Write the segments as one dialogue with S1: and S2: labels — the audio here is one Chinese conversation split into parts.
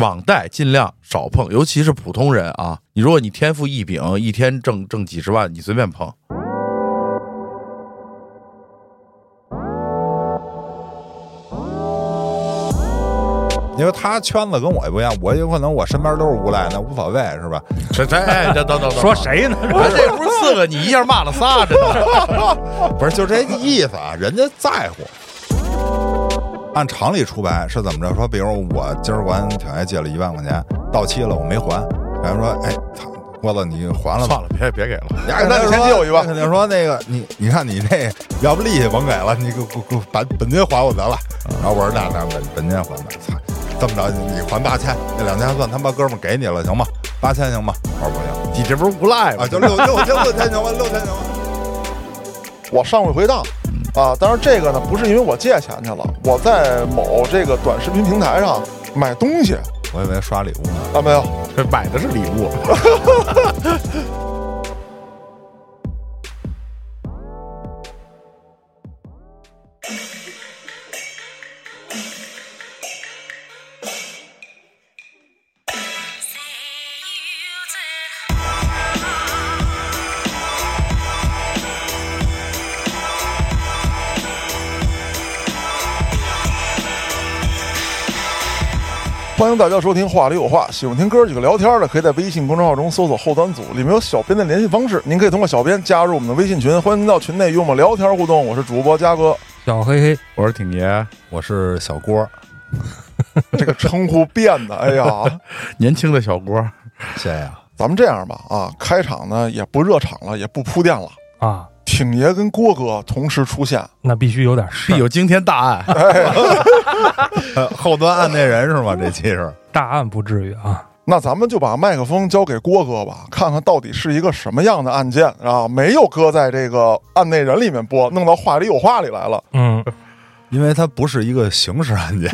S1: 网贷尽量少碰，尤其是普通人啊。你如果你天赋异禀，一天挣挣几十万，你随便 碰。
S2: 因为他圈子跟我也不一样，我有可能我身边都是无赖，那无所谓是吧？
S1: 这这哎，这等等等
S3: 说？谁呢？
S1: 不是这不是四个，你一下骂了仨，这都
S2: 不是，就这意思啊，人家在乎。按常理出牌是怎么着？说，比如我今儿管挺爱借了一万块钱，到期了我没还，然后说，哎，操，郭子你还了吧？
S1: 算了，别别给了。
S2: 呀
S4: 那你先借我一万
S2: 肯定说那个你，你看你这要不利息甭给了，你给给给把本金还我得了。然后我说那那本本金还吧，操，这么着你还八千，那两千算他妈哥们儿给你了，行吗？八千行吗？我说不行
S1: 你这不是无赖吗
S2: 啊，？就六六千六千行吗？六千行吗？
S4: 我上过一回当，啊，当然这个呢不是因为我借钱去了，我在某这个短视频平台上买东西
S2: 我以为刷礼物呢，
S4: 啊，没有，
S1: 这买的是礼物。
S4: 欢迎大家收听《话里有话》，喜欢听哥几个聊天的，可以在微信公众号中搜索“后端组”，里面有小编的联系方式，您可以通过小编加入我们的微信群，欢迎您到群内与我们聊天互动。我是主播嘉哥，
S3: 小黑黑，
S1: 我说挺爷，
S2: 我是小郭，
S4: 这个称呼变的，哎呀，
S1: 年轻的小 郭，
S2: 谢谢啊。
S4: 咱们这样吧，啊，开场呢也不热场了，也不铺垫了，
S3: 啊，
S4: 挺爷跟郭哥同时出现，
S3: 那必须有点事
S1: 必
S3: 儿。
S1: 有哎惊天大案。
S2: 呃后端按那人是吗？这期是
S3: 大案不至于啊，
S4: 那咱们就把麦克风交给郭哥吧，看看到底是一个什么样的案件啊？没有搁在这个案内人里面播，弄到话里有话里来了。
S3: 嗯，
S2: 因为它不是一个刑事 案件，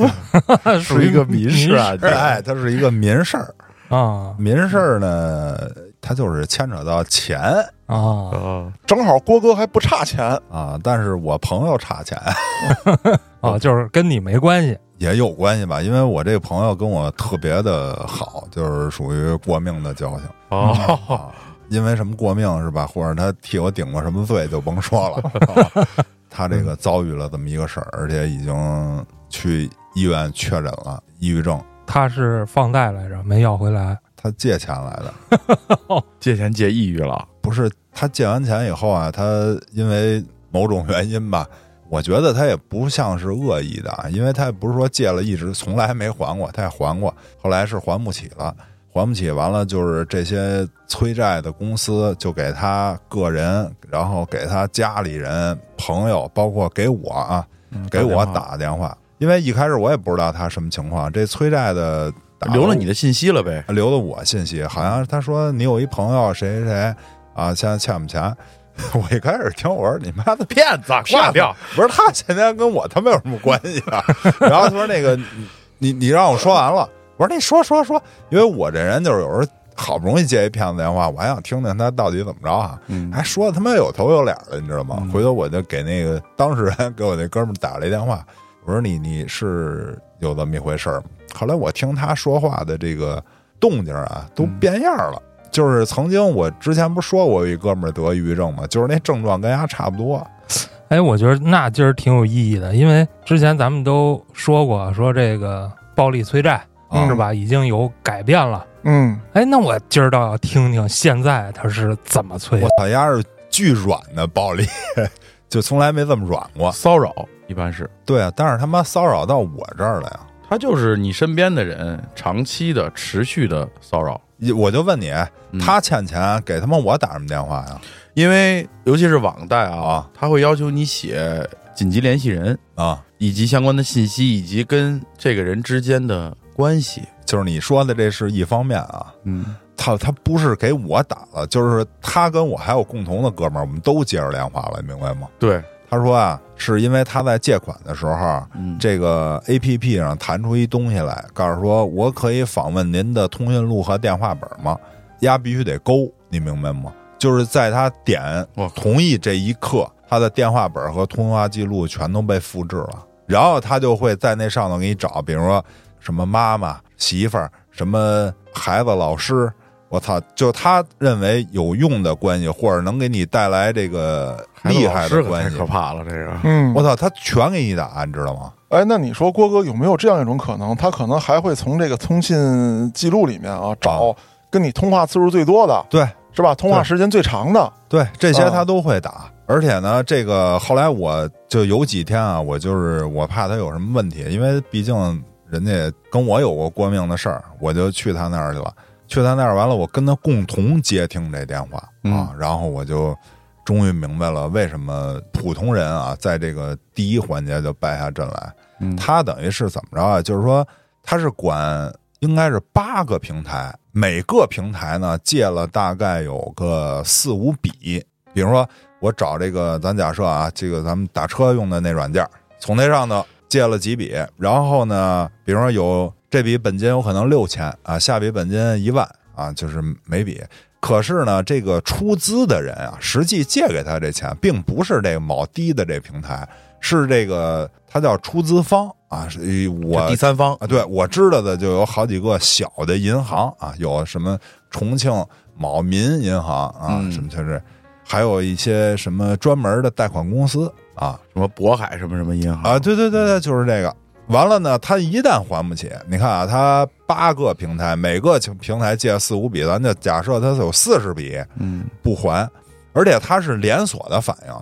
S1: 属于一个民事案件。
S2: 哎，它是一个民事儿。
S3: 啊
S2: 民事儿呢，它就是牵扯到钱
S3: 啊，
S1: 啊，
S4: 正好郭哥还不差钱，
S2: 啊，但是我朋友差钱
S3: 哦，就是跟你没关系
S2: 也有关系吧，因为我这朋友跟我特别的好，就是属于过命的交情。啊
S1: 哦，
S2: 因为什么过命是吧？或者他替我顶过什么罪就甭说了。啊他这个遭遇了这么一个事儿，而且已经去医院确诊了抑郁症，
S3: 他是放贷来着，没要回来。
S2: 他借钱来的。
S1: 借钱借抑郁了，
S2: 不是他借完钱以后啊，他因为某种原因吧，我觉得他也不像是恶意的啊，因为他也不是说借了一直从来没还过，他也还过，后来是还不起了，还不起完了就是这些催债的公司就给他个人，然后给他家里人、朋友，包括给我啊，
S1: 嗯
S2: 给我打电话，因为一开始我也不知道他什么情况，这催债的打
S1: 留了
S2: 我
S1: 你的信息了呗？
S2: 留了我信息，好像他说你有一朋友谁谁谁啊，现在欠我们钱。 我一开始听我说你妈的
S1: 骗子，挂掉！
S2: 不是他现在跟我他妈有什么关系啊？然后他说那个你你你让我说完了，我说你说说说，因为我这人就是有时候好不容易接一骗子电话，我还想听听他到底怎么着啊，还说的他妈有头有脸的，你知道吗？回头我就给那个当事人给我那哥们儿打了一电话，我说你你是有这么一回事儿吗？后来我听他说话的这个动静啊，都变样了。就是曾经我之前不是说我有一哥们儿得抑郁症嘛，就是那症状跟人家差不多，
S3: 哎，我觉得那今儿挺有意义的，因为之前咱们都说过，说这个暴力催债、
S1: 哦
S2: 啊
S3: 是吧，已经有改变了。
S4: 嗯，
S3: 哎，那我今儿倒要听听现在他是怎么催
S2: 我操，丫是巨软的暴力，就从来没这么软过。
S1: 骚扰一般是，
S2: 对啊，但是他妈骚扰到我这儿了呀！
S1: 他就是你身边的人长期的、持续的骚扰。
S2: 一我就问你，
S1: 嗯
S2: 他欠钱给他妈我打什么电话呀？
S1: 因为尤其是网贷啊
S2: 啊，
S1: 他会要求你写紧急联系人，
S2: 啊，
S1: 以及相关的信息，以及跟这个人之间的关系。
S2: 就是你说的这是一方面啊。
S1: 嗯，
S2: 操，他不是给我打了，就是他跟我还有共同的哥们儿，我们都接着电话了，你明白吗？
S1: 对，
S2: 他说啊，是因为他在借款的时候，啊
S1: 嗯
S2: 这个 A P P 上弹出一东西来，告诉说我可以访问您的通讯录和电话本吗？丫必须得勾，你明白吗？就是在他点
S1: 我靠
S2: 同意这一刻，他的电话本和通话记录全都被复制了，然后他就会在那上头给你找，比如说什么妈妈、媳妇儿、什么孩子、老师，我操，就他认为有用的关系，或者能给你带来这个厉害的关系
S1: 太可，怕了，这个
S4: 嗯，
S2: 我操，他全给你打，你知道吗？
S4: 哎，那你说郭哥有没有这样一种可能，他可能还会从这个通信记录里面啊找跟你通话次数最多的，
S2: 对
S4: 是吧？通话
S2: 对
S4: 时间最长的，
S2: 对，这些
S4: 啊
S2: 他都会打。而且呢，这个后来我就有几天啊，我就是我怕他有什么问题，因为毕竟人家跟我有过过命的事儿，我就去他那儿去了。去他那儿完了，我跟他共同接听这电话、啊，然后我就终于明白了为什么普通人啊，在这个第一环节就败下阵来。
S1: 嗯
S2: 他等于是怎么着啊？就是说他是管应该是八个平台，每个平台呢借了大概有个四五笔。比如说我找这个，咱假设啊，这个咱们打车用的那软件，从那上头借了几笔，然后呢，比如说有这笔本金有可能六千啊，下笔本金一万啊，就是每笔。可是呢，这个出资的人啊，实际借给他这钱，并不是这个某低的这平台，是这个他叫出资方啊。是我
S1: 这第三方
S2: 啊，对我知道的就有好几个小的银行啊，有什么重庆某民银行啊，
S1: 嗯
S2: 什么就是，还有一些什么专门的贷款公司啊
S1: 什么渤海什么什么银行
S2: 啊，对对对对，就是这个。完了呢，他一旦还不起，你看啊，他八个平台，每个平台借四五笔，咱就假设他有四十笔，
S1: 嗯
S2: 不还，而且他是连锁的反应。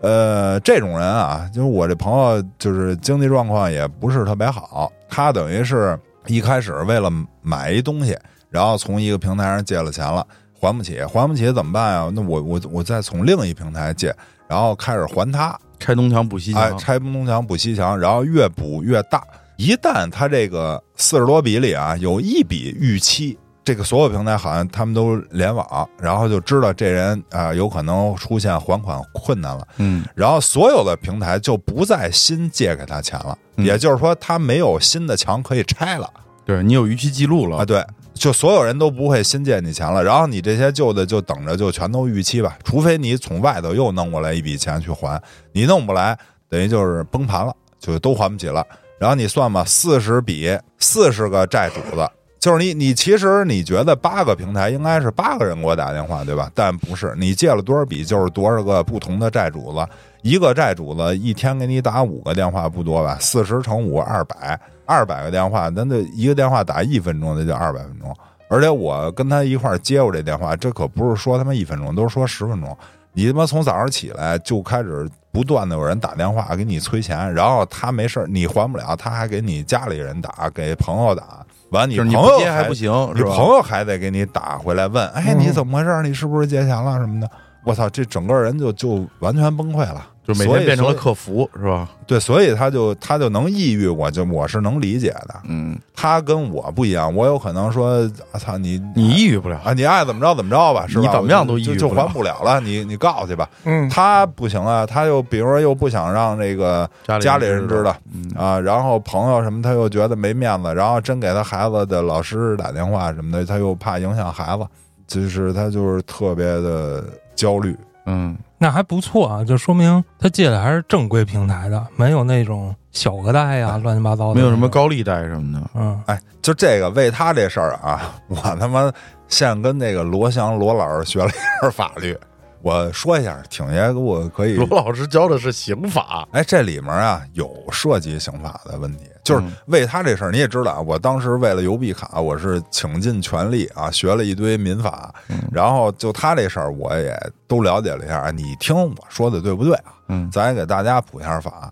S2: 呃，这种人啊，就是我这朋友，就是经济状况也不是特别好，他等于是一开始为了买一东西，然后从一个平台上借了钱了，还不起，还不起怎么办啊呀？那我我我再从另一平台借，然后开始还他，
S1: 拆东墙补西
S2: 哎，
S1: 墙，
S2: 拆东墙补西墙，然后越补越大。一旦他这个四十多笔里啊，有一笔逾期，这个所有平台好像他们都联网，然后就知道这人啊、有可能出现还款困难了，
S1: 嗯
S2: 然后所有的平台就不再新借给他钱了，
S1: 嗯
S2: 也就是说他没有新的墙可以拆了
S1: 对你有逾期记录了
S2: 啊，对。就所有人都不会新借你钱了，然后你这些旧的就等着就全都逾期吧，除非你从外头又弄过来一笔钱去还，你弄不来，等于就是崩盘了，就都还不起了。然后你算吧，四十比四十个债主子，就是你你其实你觉得八个平台应该是八个人给我打电话对吧？但不是，你借了多少笔就是多少个不同的债主子，一个债主子一天给你打五个电话不多吧？四十乘五二百，二百个电话，那那一个电话打一分钟，那就二百分钟。而且我跟他一块儿接过这电话，这可不是说他妈一分钟，都是说十分钟。你他妈从早上起来就开始不断的有人打电话给你催钱，然后他没事儿你还不了，他还给你家里人打，给朋友打，完你
S1: 就是
S2: 朋
S1: 你
S2: 友
S1: 不接还不行，
S2: 你
S1: 是吧？嗯
S2: 朋友还得给你打回来问，哎，你怎么回事儿？你是不是借钱了什么的？我操，这整个人就就完全崩溃了，
S1: 就每
S2: 所
S1: 天
S2: 以
S1: 变成了
S2: 所以
S1: 客服，是吧？
S2: 对，所以他就他就能抑郁，我就我是能理解的。
S1: 嗯，
S2: 他跟我不一样，我有可能说，啊操、你
S1: 你抑郁不了，
S2: 啊，你爱怎么着怎么着吧，是吧？
S1: 你怎么样都
S2: 我
S1: 抑
S2: 就
S1: 郁
S2: 就
S1: 不
S2: 还
S1: 了
S2: 不了了，你你告去吧。
S4: 嗯，
S2: 他不行啊，他又比如说又不想让这个
S1: 家
S2: 家里
S1: 里
S2: 人知道，
S1: 嗯
S2: 啊，然后朋友什么他又觉得没面子，然后真给他孩子的老师打电话什么的，他又怕影响孩子，就是他就是特别的焦虑。
S1: 嗯，
S3: 那还不错啊，就说明他借的还是正规平台的，没有那种小额贷呀、乱七八糟的，
S1: 哎没有什么，高利贷什么的，
S3: 嗯，
S2: 哎，就这个为他这事儿啊， 我他妈现跟那个罗翔罗老师学了一段法律。我说一下，挺爷给我可以
S1: 罗老师教的是刑法，
S2: 哎，这里面啊有涉及刑法的问题，就是
S1: 嗯
S2: 为他这事儿，你也知道啊，我当时为了邮币卡，我是倾尽全力啊，学了一堆民法，然后就他这事儿，我也都了解了一下。你听我说的对不对啊？
S1: 嗯
S2: 咱也给大家普一下法，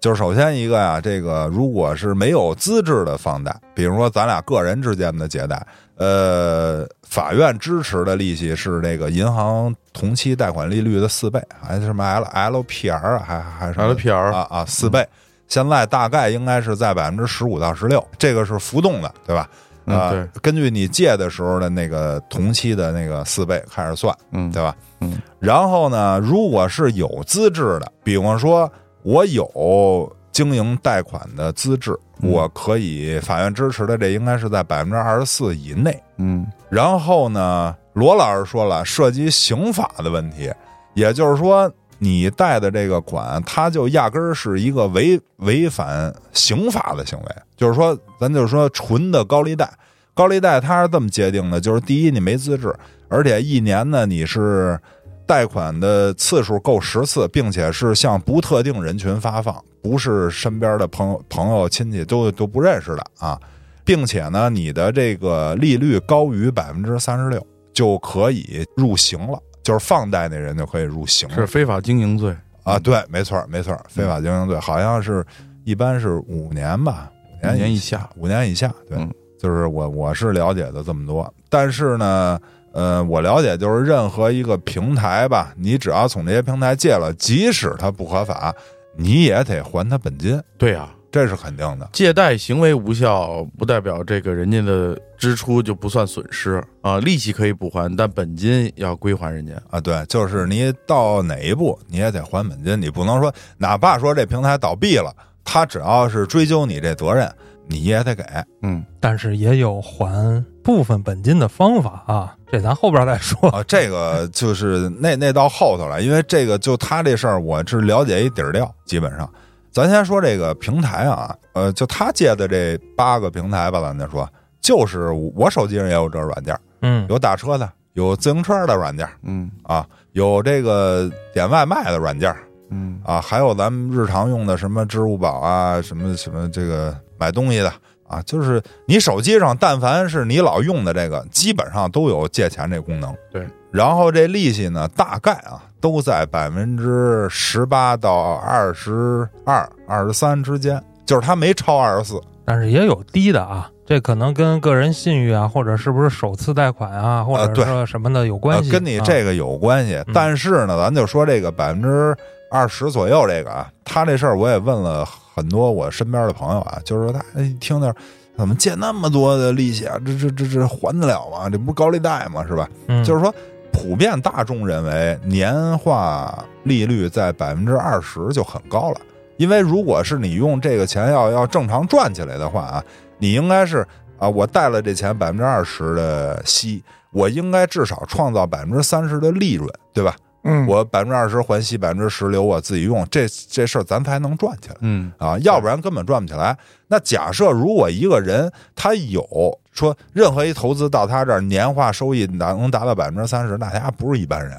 S2: 就是首先一个呀、这个如果是没有资质的放贷，比如说咱俩个人之间的借贷，呃，法院支持的利息是这个银行同期贷款利率的四倍，还是什么 L LPR 啊，还还是什么
S1: LPR
S2: 啊啊四
S1: 嗯
S2: 倍。现在大概应该是在百分之十五到十六，这个是浮动的，对吧？
S1: 嗯
S2: 啊、
S1: 对
S2: 根据你借的时候的那个同期的那个四倍开始算，
S1: 嗯
S2: 对吧？
S1: 嗯。
S2: 然后呢，如果是有资质的，比方说我有经营贷款的资质，
S1: 嗯
S2: 我可以法院支持的这应该是在百分之二十四以内。
S1: 嗯，
S2: 然后呢，罗老师说了，涉及刑法的问题，也就是说，你贷的这个款，它就压根儿是一个违违反刑法的行为。就是说，咱就是说纯的高利贷，高利贷它是这么界定的，就是第一你没资质，而且一年呢你是贷款的次数够十次，并且是向不特定人群发放，不是身边的朋友、朋友、亲戚都都不认识的啊，并且呢你的这个利率高于百分之三十六就可以入刑了。就是放贷那人就可以入刑了，
S1: 是非法经营罪，
S2: 啊，对，没错儿，没错儿，非法经营罪好像是一般是五年吧，
S1: 五
S2: 五年
S1: 年
S2: 以
S1: 以下。
S2: 五年以下，对，
S1: 嗯
S2: 就是我我是了解的这么多，但是呢，呃，我了解就是任何一个平台吧，你只要从这些平台借了，即使它不合法，你也得还它本金，
S1: 对呀、啊，
S2: 这是肯定的。
S1: 借贷行为无效，不代表这个人家的支出就不算损失啊，利息可以不还，但本金要归还人家。
S2: 啊，对，就是你到哪一步你也得还本金，你不能说哪怕说这平台倒闭了，他只要是追究你这责任，你也得给。
S1: 嗯，
S3: 但是也有还部分本金的方法啊，这咱后边再 说。
S2: 啊，这个就是那那到后头了，因为这个就他这事儿，我是了解一底儿料，基本上。咱先说这个平台啊，呃，就他借的这八个平台吧，咱就说，就是我手机上也有这软件儿，
S3: 嗯，
S2: 有打车的，有自行车的软件儿
S1: 嗯
S2: 啊，有这个点外卖的软件儿
S1: 嗯
S2: 啊，还有咱们日常用的什么支付宝啊，什么什么这个买东西的啊，就是你手机上但凡是你老用的这个，基本上都有借钱这功能。
S1: 对，
S2: 然后这利息呢，大概啊都在百分之十八到二十二、二十三之间，就是它没超二十四。
S3: 但是也有低的啊，这可能跟个人信誉啊，或者是不是首次贷款啊，或者
S2: 对
S3: 说什么的有关系。
S2: 呃，跟你
S3: 啊
S2: 这个有关系。但是呢，咱就说这个百分之二十左右这个啊，他这事儿我也问了很多我身边的朋友啊，就是说他一听那儿怎么借那么多的利息啊，这这这这还得了吗？这不是高利贷吗？是吧？
S3: 嗯
S2: 就是说，普遍大众认为年化利率在百分之二十就很高了，因为如果是你用这个钱要要正常赚起来的话啊，你应该是啊，我贷了这钱百分之二十的息，我应该至少创造百分之三十的利润，对吧？
S4: 嗯，
S2: 我百分之二十还息，百分之十留我自己用，这这事儿咱才能赚起来。
S1: 嗯，
S2: 啊，要不然根本赚不起来。那假设如果一个人他有说任何一投资到他这儿年化收益能能达到百分之三十，那他不是一般人，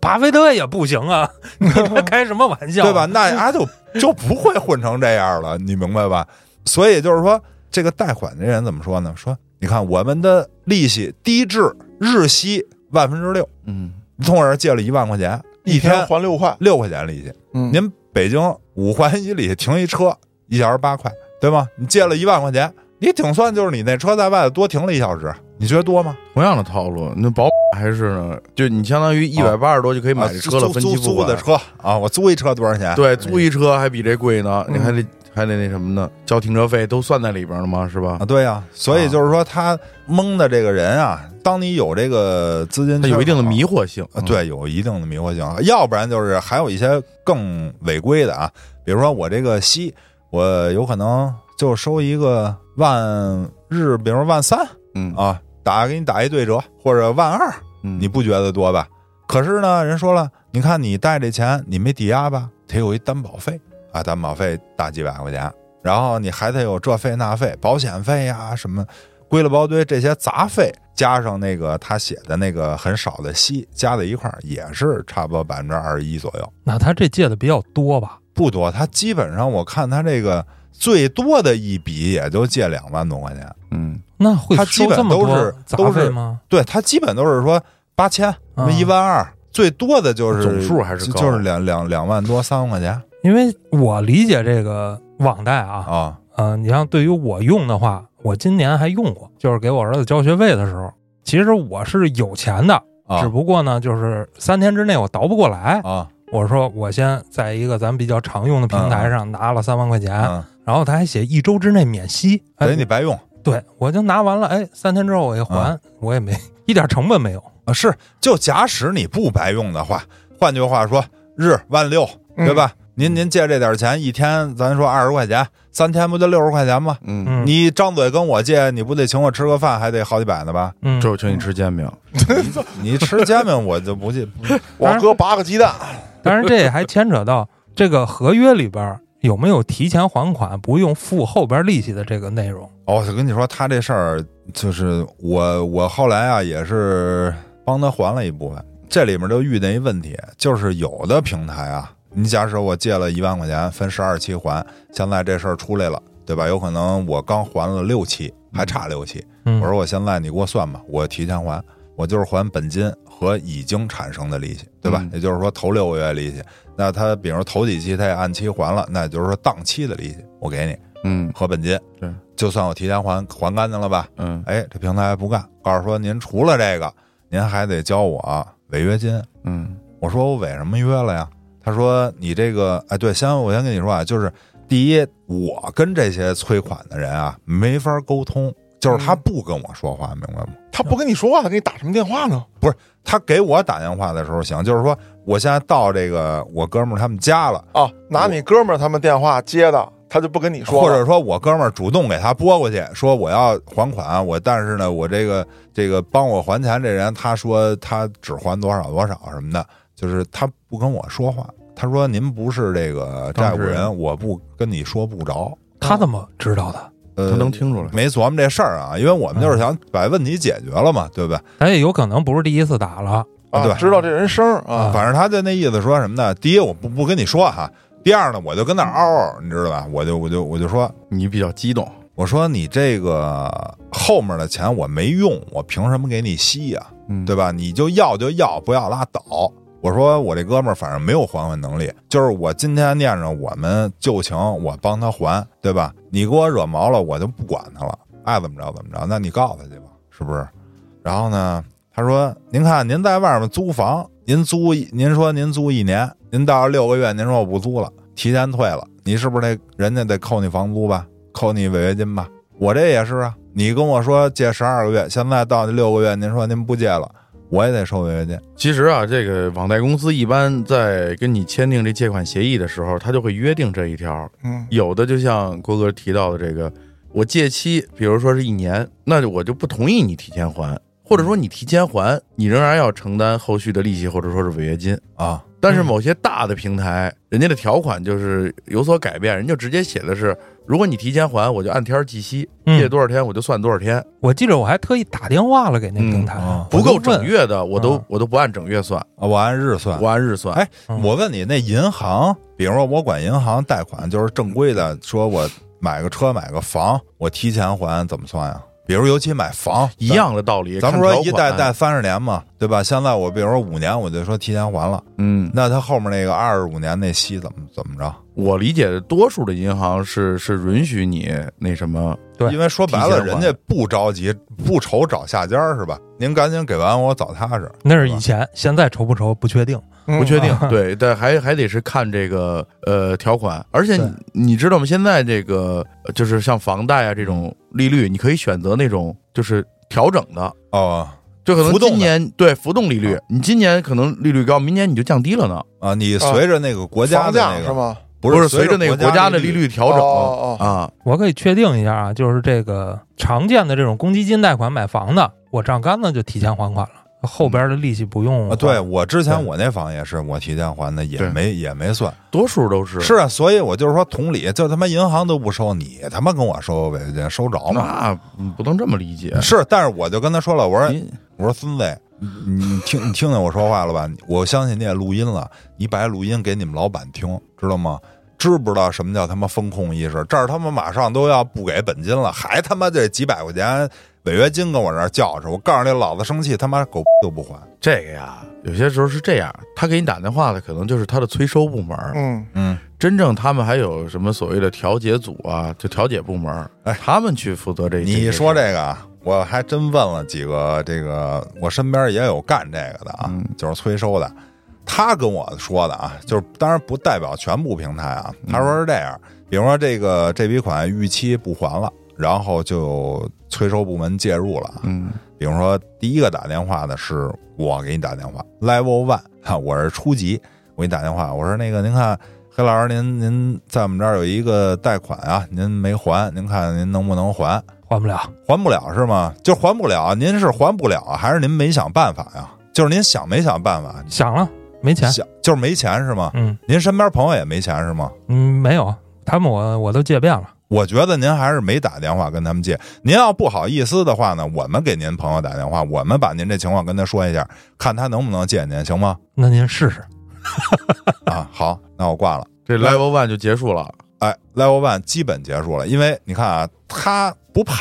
S3: 巴菲特也不行 啊，你这开什么玩笑？啊
S2: 对吧？？那他 就就不会混成这样了，你明白吧？所以就是说，这个贷款的人怎么说呢？说你看我们的利息低至日息万分之六，
S1: 嗯，
S2: 从我这儿借了一万块钱，一天
S4: 还六块，
S2: 六块钱利息，
S4: 嗯，
S2: 您北京五环以里停一车，一小时八块，对吗？你借了一万块钱，你顶算就是你那车在外头多停了一小时，你觉得多吗？
S1: 同样的套路，那保还是呢，就你相当于一百八十多就可以
S2: 你
S1: 买这车了，
S2: 租
S1: 分
S2: 啊租
S1: 期付
S2: 租
S1: 款
S2: 的。车啊，我租一车多少钱？
S1: 对，租一车还比这贵呢，
S4: 嗯
S1: 你还得还得那什么呢？交停车费都算在里边了吗？是吧
S2: 啊，？对呀、所以就是
S1: 啊
S2: 说他蒙的这个人啊，当你有这个资金，
S1: 它有一定的迷。惑性
S2: 啊，，对，有一定的迷惑性，要不然就是还有一些更违规的啊，比如说我这个息，我有可能就收一个万日，比如说万三
S1: 嗯
S2: 啊，打给你打一对折，或者万二，
S1: 嗯，
S2: 啊你不觉得多吧？可是呢，人说了，你看你贷这钱，你没抵押吧，得有一担保费啊，担保费大几百块钱，然后你还得有这费那费，保险费呀、什么，归了包堆这些杂费，加上那个他写的那个很少的息，加在一块儿也是差不多百分之二十一左右，
S3: 那他这借的比较多吧？
S2: 不多。他基本上我看他这个最多的一笔也就借两万多块钱，
S1: 嗯
S3: 那会
S2: 他基
S3: 收
S2: 本
S3: 这么
S2: 都
S3: 多
S2: 是
S3: 杂
S2: 都是
S3: 费吗？
S2: 对他基本都是说八千、
S3: 啊
S2: 一万二，最多的就是
S1: 总数还是
S2: 就
S1: 高
S2: 就是两两两万多三万块钱
S3: 因为我理解这个网贷啊，
S2: 啊
S3: 呃，你像对于我用的话，我今年还用过，就是给我儿子交学费的时候，其实我是有钱的，只
S2: 啊
S3: 不过呢，就是三天之内我倒不过来。
S2: 啊
S3: 我说我先在一个咱们比较常用的平台上拿了三万块钱，
S2: 啊！
S3: 然后他还写一周之内免息，哎
S2: 等于你嗯白用
S3: 对我就拿完了，哎，三天之后我一还，我也没一点成本没有。
S2: 啊，是就假使你不白用的话，换句话说，日万六对吧？您您借这点钱，一天咱说二十块钱，三天不就六十块钱吗？
S1: 嗯，
S3: 嗯，
S2: 你张嘴跟我借，你不得请我吃个饭，还得好几百呢吧？
S3: 嗯
S1: 这我请你吃煎饼，
S2: 你吃煎饼我就不借，不
S4: 我搁八个鸡蛋，
S3: 当然这还牵扯到这个合约里边有没有提前还款不用付后边利息的这个内容。
S2: 哦，我跟你说，他这事儿就是我，我后来啊也是帮他还了一部分。这里面就遇见一问题，就是有的平台啊，你假使我借了一万块钱，分十二期还，现在这事儿出来了，对吧？有可能我刚还了六期，还差六期。
S3: 嗯，
S2: 我说哦我现在你给我算吧，我提前还，我就是还本金和已经产生的利息，对吧？
S1: 嗯
S2: 也就是说头六个月利息，那他比如说头几期他也按期还了，那也就是说当期的利息我给你
S1: 嗯
S2: 和本金，
S1: 对，
S2: 就算我提前还还干净了吧？
S1: 嗯
S2: 哎，这平台还不干，告诉说您除了这个，您还得交我违约金。
S1: 嗯
S2: 我说我违什么约了呀？他说你这个，哎，对，先我先跟你说啊，就是第一，我跟这些催款的人啊没法沟通，就是他不跟我说话，明白吗？
S4: 他不跟你说话，他给你打什么电话呢？
S2: 他给我打电话的时候行，就是说我现在到这个我哥们儿他们家了，
S4: 啊，拿你哥们儿他们电话接的，他就不跟你说了，
S2: 或者说我哥们儿主动给他拨过去，说我要还款，我但是呢，我这个这个帮我还钱这人，他说他只还多少多少什么的，就是他不跟我说话。他说您不是这个债
S1: 当
S2: 务
S1: 事人
S2: 人，我不跟你说不着。
S3: 他怎么知道的？
S2: 呃，
S1: 他能听嗯出来
S2: 没琢磨这事儿啊，因为我们就是想把问题解决了嘛，对不对？
S3: 咱也有可能不是第一次打了。
S4: 啊，
S2: 对
S4: 知道这人声儿啊，
S2: 反正他就那意思说什么呢？第一，我不不跟你说哈；第二呢，我就跟那儿嗷嗷，你知道吧？我就我就我就说，
S1: 你比较激动，
S2: 我说你这个后面的钱我没用，我凭什么给你吸呀、
S1: 嗯
S2: 对吧？你就要就要，不要拉倒。我说我这哥们儿反正没有还款能力，就是我今天念着我们旧情，我帮他还，对吧？你给我惹毛了，我就不管他了，爱怎么着怎么着。那你告他去吧，是不是？然后呢，他说：“您看，您在外面租房，您租一，您说您租一年，您到了六个月，您说我不租了，提前退了，你是不是得人家得扣你房租吧，扣你违约金吧？我这也是啊，你跟我说借十二个月，现在到六个月，您说您不借了，我也得收违约金。
S1: 其实啊，这个网贷公司一般在跟你签订这借款协议的时候，他就会约定这一条。
S4: 嗯，
S1: 有的就像郭哥提到的这个，我借期，比如说是一年，那我就不同意你提前还，或者说你提前还，你仍然要承担后续的利息或者说是违约金。
S2: 啊，
S1: 但是某些大的平台，人家的条款就是有所改变，人家直接写的是，如果你提前还，我就按天儿计息，
S3: 嗯
S1: 借多少天我就算多少天，
S3: 我记着我还特意打电话了给那个平台，
S2: 嗯啊
S3: 我
S1: 不
S3: 就
S1: 够整
S3: 问。
S1: 月的我都
S3: 啊
S1: 我都不按整月算，
S2: 我按日算
S1: 我。按日算。
S2: 哎
S3: 嗯
S2: 我问你，那银行，比如说我管银行贷款，就是正规的，说我买个车、买个房，我提前还怎么算呀？比如尤其买房
S1: 一。样的道理，
S2: 咱
S1: 看
S2: 们说
S1: 条
S2: 一
S1: 款
S2: 贷贷，三十年嘛，对吧？现在我比如说五年，我就说提前还了，
S1: 嗯，
S2: 那他后面那个二十五年那息怎么怎么着？
S1: 我理解的多数的银行是是允许你那什么，
S3: 对
S2: 因为说白
S1: 提前
S2: 了，
S1: 还
S2: 人家不着急，不愁找下家儿是吧？您赶紧给完我早踏实。
S3: 那是以前，现在愁不愁不确定。
S1: 不
S2: 嗯
S4: 不
S1: 确定， 对，但还还得是看这个呃条款，而且
S3: 对
S1: 你你知道吗？现在这个呃就是像房贷啊这种利率，你可以选择那种就是调整的，
S2: 哦
S1: 就可能
S2: 浮动的
S1: 今年对浮动利率，你今年可能利率高，明年你就降低了呢，
S2: 啊，你随着那个国家
S4: 房
S2: 的
S4: 价
S2: 那
S4: 是
S2: 个，
S4: 吗？
S2: 不
S1: 是随着那个国家的利
S2: 利，
S1: 率调整
S4: 哦哦哦
S1: 啊，
S3: 我可以确定一下啊，就是这个常见的这种公积金贷款买房的，我账杆子就提前还款了，后边的利息不用
S2: 啊，
S3: 还。
S2: 对我之前
S3: 对
S2: 我那房也是我提前还的，也
S1: 对
S2: 没也没算。
S1: 多数都是
S2: 是啊，所以我就是说，同理，就他妈银行都不收，你他妈跟我收违约金，收着吗？
S1: 那嗯不能这么理解，
S2: 是，但是我就跟他说了，我说
S1: 您
S2: 我说孙子，你你听你听见我说话了吧？我相信你也录音了，你把这录音给你们老板听，知道吗？知不知道什么叫他妈风控意识？这儿他妈马上都要不给本金了，还他妈这几百块钱违约金跟我这儿叫着，我告诉你，老子生气，他妈狗都不还。
S1: 这个呀，有些时候是这样，他给你打电话的可能就是他的催收部门，
S4: 嗯，
S2: 嗯，
S1: 真正他们还有什么所谓的调解组啊，就调解部门儿，
S2: 哎
S1: 他们去负责这。
S2: 你说
S1: 这
S2: 这个啊，我还真问了几个这个，我身边也有干这个的啊，
S1: 嗯
S2: 就是催收的。他跟我说的啊，就是当然不代表全部平台啊。他说是这样，比如说这个这笔款逾期不还了，然后就有催收部门介入了啊。
S1: 嗯
S2: 比如说第一个打电话的是我给你打电话，Level One，哈，我是初级，我给你打电话，我说那个您看黑老师您您在我们这儿有一个贷款啊，您没还，您看您能不能还？
S3: 还不了。
S2: 还不了是吗？就还不了，您是还不了，还是您没想办法呀？就是您想没想办法？
S3: 想了，没钱。
S2: 想就是没钱是吗？
S3: 嗯
S2: 您身边朋友也没钱是吗？
S3: 嗯，没有，他们我我都借遍了。
S2: 我觉得您还是没打电话跟他们借。您要不好意思的话呢，我们给您朋友打电话，我们把您这情况跟他说一下，看他能不能借您，行吗？
S3: 那您试试，
S2: 啊，好，那我挂了。
S1: 这 level one 就结束了。
S2: 哎，Level One 基本结束了，因为你看啊，他不怕，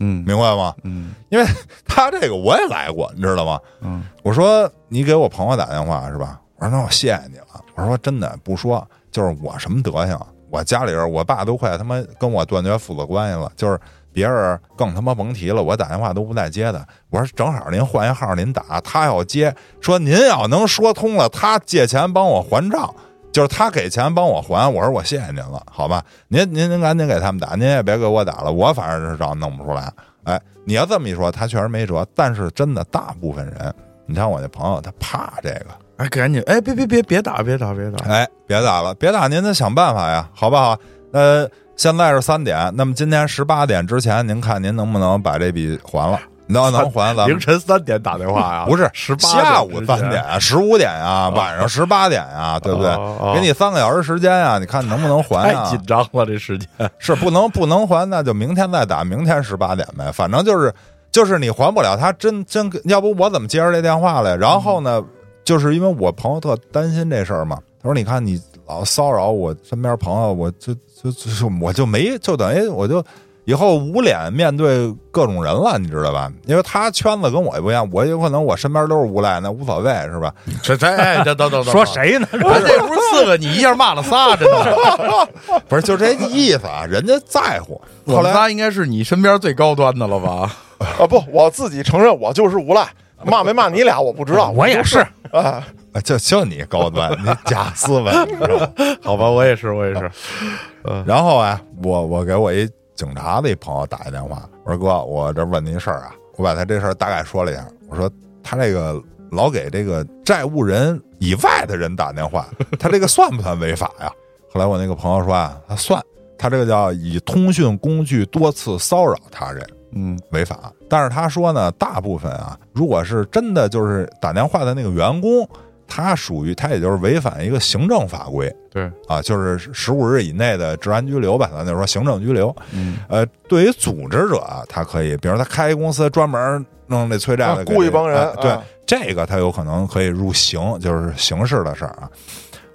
S1: 嗯
S2: 明白吗？
S1: 嗯
S2: 因为他这个我也来过，你知道吗？
S1: 嗯，
S2: 我说你给我朋友打电话是吧？我说那我谢谢你了。我说真的不说，就是我什么德行，我家里人我爸都快他妈跟我断绝父子关系了，就是别人更他妈甭提了，我打电话都不带接的。我说正好您换一号您打，他要接，说您要能说通了，他借钱帮我还账。就是他给钱帮我还，我说我谢谢您了，好吧？您您您赶紧给他们打，您也别给我打了，我反正是找弄不出来。哎，你要这么一说，他确实没辙。但是真的，大部分人，你像我那朋友，他怕这个，
S1: 哎，赶紧，哎，别别别别打，别打，别打。
S2: 哎，别打了，别打，您得想办法呀，好不好？呃，现在是三点，那么今天十八点之前，您看您能不能把这笔还了？你要能还，咱
S1: 凌
S2: 们
S1: 晨三点打电话呀？
S2: 不是
S1: 十八
S2: 下午三点、十五点啊，晚上十八点啊，对不对？
S1: 哦哦哎
S2: 给你三个小时时间啊，你看能不能
S1: 太
S2: 还啊？
S1: 紧张了，这时间。
S2: 是不能不能还，那就明天再打，明天十八点呗。反正就是就是你还不了，他真真要不我怎么接着这电话来？然后呢，就是因为我朋友特担心这事儿嘛，他说你看你老骚扰我身边朋友，我就就就就我就没就等于我就。以后无脸面对各种人了，你知道吧？因为他圈子跟我也不一样，我有可能我身边都是无赖，那无所谓是吧？
S1: 这这哎，这等等等
S3: 说？谁呢？
S1: 咱这不是四个，你一下骂了仨，真的是。
S2: 不是，就这意思啊，人家在乎。
S1: 我
S2: 后
S1: 们
S2: 来
S1: 仨应该是你身边最高端的了吧？
S4: 啊！不，我自己承认我就是无赖，骂没骂你俩我不知道，
S3: 我也是，
S4: 啊，
S2: 啊就就你高端，你 假斯文，你知道吗？
S1: 好吧，我也是，我也是。
S2: 然后啊，我我给我一警察的一朋友打一电话，我说哥，我这问您事儿啊，我把他这事儿大概说了一下，我说他这个老给这个债务人以外的人打电话，他这个算不算违法呀？后来我那个朋友说啊，他算，他这个叫以通讯工具多次骚扰他人。
S1: 嗯
S2: 违法。但是他说呢，大部分啊，如果是真的就是打电话的那个员工，他属于他也就是违反一个行政法规，
S1: 对
S2: 啊，就是十五日以内的治安拘留吧，咱就说行政拘留。
S1: 嗯，
S2: 呃，对于组织者啊，他可以，比如他开一公司专门弄这催债的
S4: 啊
S2: 给这，
S4: 雇一帮人
S2: 哎对
S4: 啊
S2: 这个他有可能可以入刑，就是刑事的事儿啊。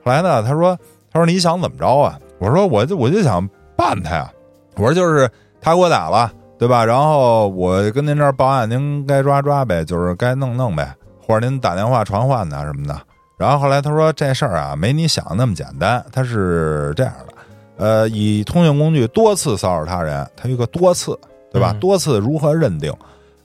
S2: 后来呢，他说，他说你想怎么着啊？我说我就我就想办他呀。我说就是他给我打了，对吧？然后我跟您这儿报案，您该抓抓呗，就是该弄弄呗，或者您打电话传唤他什么的。然后后来他说这事儿啊，没你想那么简单，他是这样的，呃，以通讯工具多次骚扰他人，他有个多次，对吧？
S3: 嗯
S2: 多次如何认定？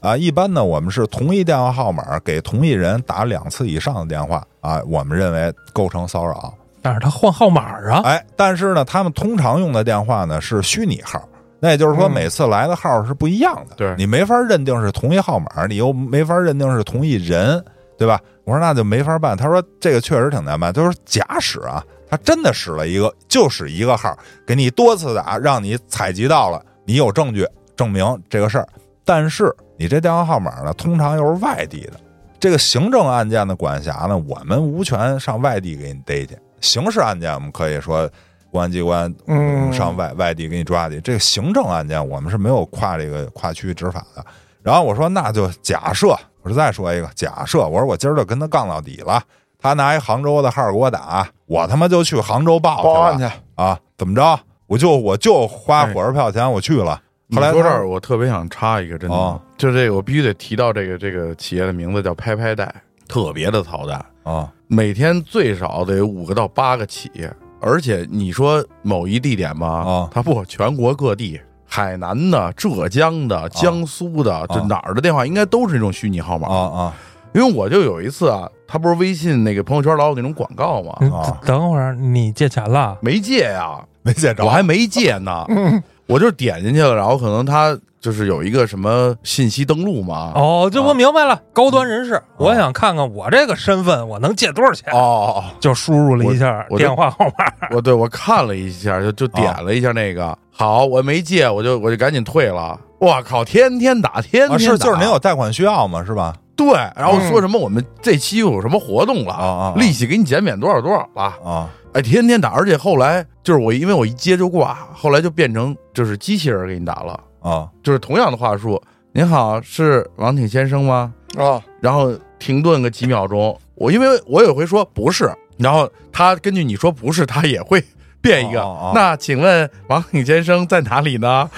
S2: 啊，一般呢，我们是同一电话号码给同一人打两次以上的电话啊，我们认为构成骚扰。
S3: 但是他换号码啊，
S2: 哎，但是呢，他们通常用的电话呢是虚拟号，那也就是说
S3: 嗯
S2: 每次来的号是不一样的，
S1: 对
S2: 你没法认定是同一号码，你又没法认定是同一人，对吧？我说那就没法办。他说这个确实挺难办，就是假使啊，他真的使了一个，就使一个号，给你多次打，让你采集到了，你有证据证明这个事儿，但是你这电话号码呢，通常又是外地的。这个行政案件的管辖呢，我们无权上外地给你逮去。刑事案件我们可以说公安机关
S4: 嗯
S2: 上外外地给你抓去，这个行政案件我们是没有跨这个跨区执法的。然后我说那就假设，我说再说一个假设，我说我今儿就跟他杠到底了，他拿一杭州的号给我打，我他妈就去杭州报
S4: 报案
S2: 去
S4: 去
S2: 了，啊？怎么着？我就我就花火车票钱我去了。
S1: 哎你
S2: 后来
S1: 说这
S2: 他
S1: 儿，我特别想插一个，真的，
S2: 哦
S1: 就这个我必须得提到这个这个企业的名字叫拍拍贷，特别的操蛋，
S2: 啊，
S1: 每天最少得有五个到八个企业，而且你说某一地点吧，
S2: 哦
S1: 它不全国各地。海南的、浙江的、江苏的，这哪儿的电话应该都是这种虚拟号码
S2: 啊啊
S1: 因为我就有一次啊，他不是微信那个朋友圈老有那种广告吗？
S3: 嗯
S2: 啊
S3: 等会儿你借钱了，
S1: 没借呀，
S2: 没见着
S1: 我还没借呢， 我就点进去了，然后可能他就是有一个什么信息登录嘛。
S3: 哦，这我明白了，高端人士，我想看看我这个身份我能借多少钱，
S1: 哦，
S3: 就输入了一下
S1: 我我就
S3: 电话号码，
S1: 我对我看了一下，就就点了一下那个，好，我没啊借，我就我就赶紧退了。我靠，天天打，天天打，
S2: 啊，是就是您有贷款需要吗？是吧？
S1: 对，然后说什么我们这期又有什么活动了，
S2: 啊啊啊
S1: 利息给你减免多少多少了，
S2: 啊
S1: 哎，天天打，而且后来就是我因为我一接就挂，后来就变成就是机器人给你打了，
S2: 啊
S1: 就是同样的话术，您好，是王挺先生吗？
S2: 嗯
S4: 啊，
S1: 然后停顿个几秒钟，我因为我有回说不是，然后他根据你说不是，他也会。变一个，
S2: 哦哦哦
S1: 那请问王挺先生在哪里呢？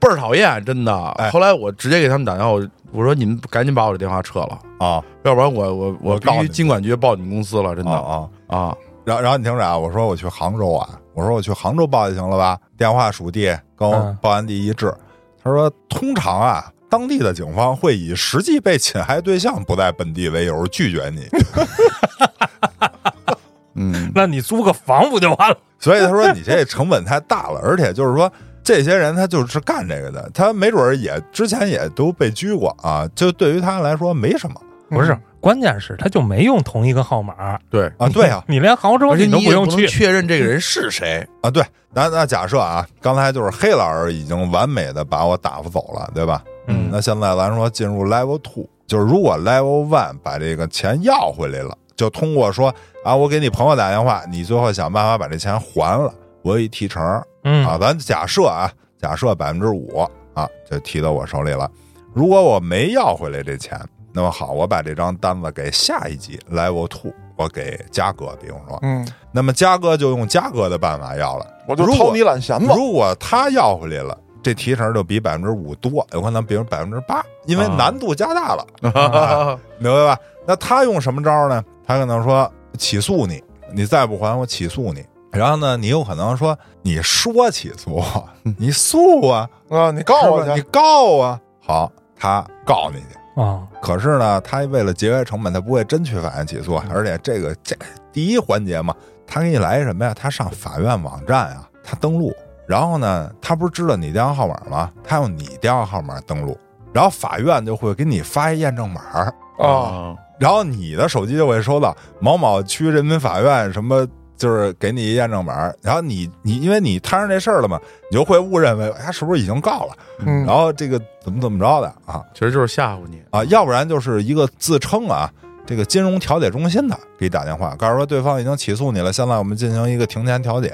S1: 倍儿讨厌，真的。
S2: 哎
S1: 后来我直接给他们打电话，我我说你们赶紧把我的电话撤了，
S2: 啊
S1: 要不然我我
S2: 我
S1: 我必
S2: 告你
S1: 须经管局报你们公司了，真
S2: 啊
S1: 的啊
S2: 啊！然后然后你听着啊，我说我去杭州啊，我说我去杭州报就行了吧？电话属地，跟我
S3: 嗯
S2: 报案地一致。他说，通常啊，当地的警方会以实际被侵害对象不在本地为由拒绝你，
S1: 嗯，
S3: 那你租个房不就完了？
S2: 所以他说你这成本太大了，而且就是说。这些人他就是干这个的，他没准儿也之前也都被拘过啊，就对于他来说没什么
S3: 不是，关键是他就没用同一个号码
S1: 对，
S2: 啊。对啊，
S3: 你连杭州
S1: 而且
S3: 你都
S1: 你也
S3: 用
S1: 能
S3: 去，
S1: 确认这个人是谁，
S2: 啊，对，那那假设啊，刚才就是黑老师已经完美的把我打发走了，对吧？
S3: 嗯
S2: 那现在咱说进入 level two，就是如果 level one 把这个钱要回来了，就通过说啊，我给你朋友打电话，你最后想办法把这钱还了，我有一提成啊，
S3: 嗯
S2: 咱假设啊，假设百分之五啊，就提到我手里了。如果我没要回来这钱，那么好，我把这张单子给下一级 level two，我给嘉哥，比方说，
S4: 嗯，
S2: 那么嘉哥就用嘉哥的办法要了，
S4: 我就
S2: 如
S4: 掏
S2: 果
S4: 你懒钱吧。
S2: 如果他要回来了，这提成就比百分之五多，有可能比如百分之八，因为
S1: 啊
S2: 难度加大了，
S1: 啊
S2: 明白吧？那他用什么招呢？他可能说起诉你，你再不还我起诉你。然后呢，你有可能说你说起诉 我，你诉啊，
S4: 啊，你告我
S2: 是吧你
S4: 去，
S2: 告啊。好，他告你去。
S3: 啊，
S2: 可是呢，他为了节约成本，他不会真去法院起诉，啊而且这个这第一环节嘛，他给你来什么呀？他上法院网站啊，他登录，然后呢，他不是知道你电话号码吗？他用你电话号码登录，然后法院就会给你发一验证码儿，
S4: 啊，
S2: 然后你的手机就会收到某某区人民法院什么。就是给你一验证码儿，然后你你因为你摊上这事儿了嘛，你就会误认为哎他是不是已经告了，
S4: 嗯
S2: 然后这个怎么怎么着的啊，
S1: 其实就是吓唬你，
S2: 啊，要不然就是一个自称啊，这个金融调解中心的给你打电话，告诉说对方已经起诉你了，现在我们进行一个庭前调解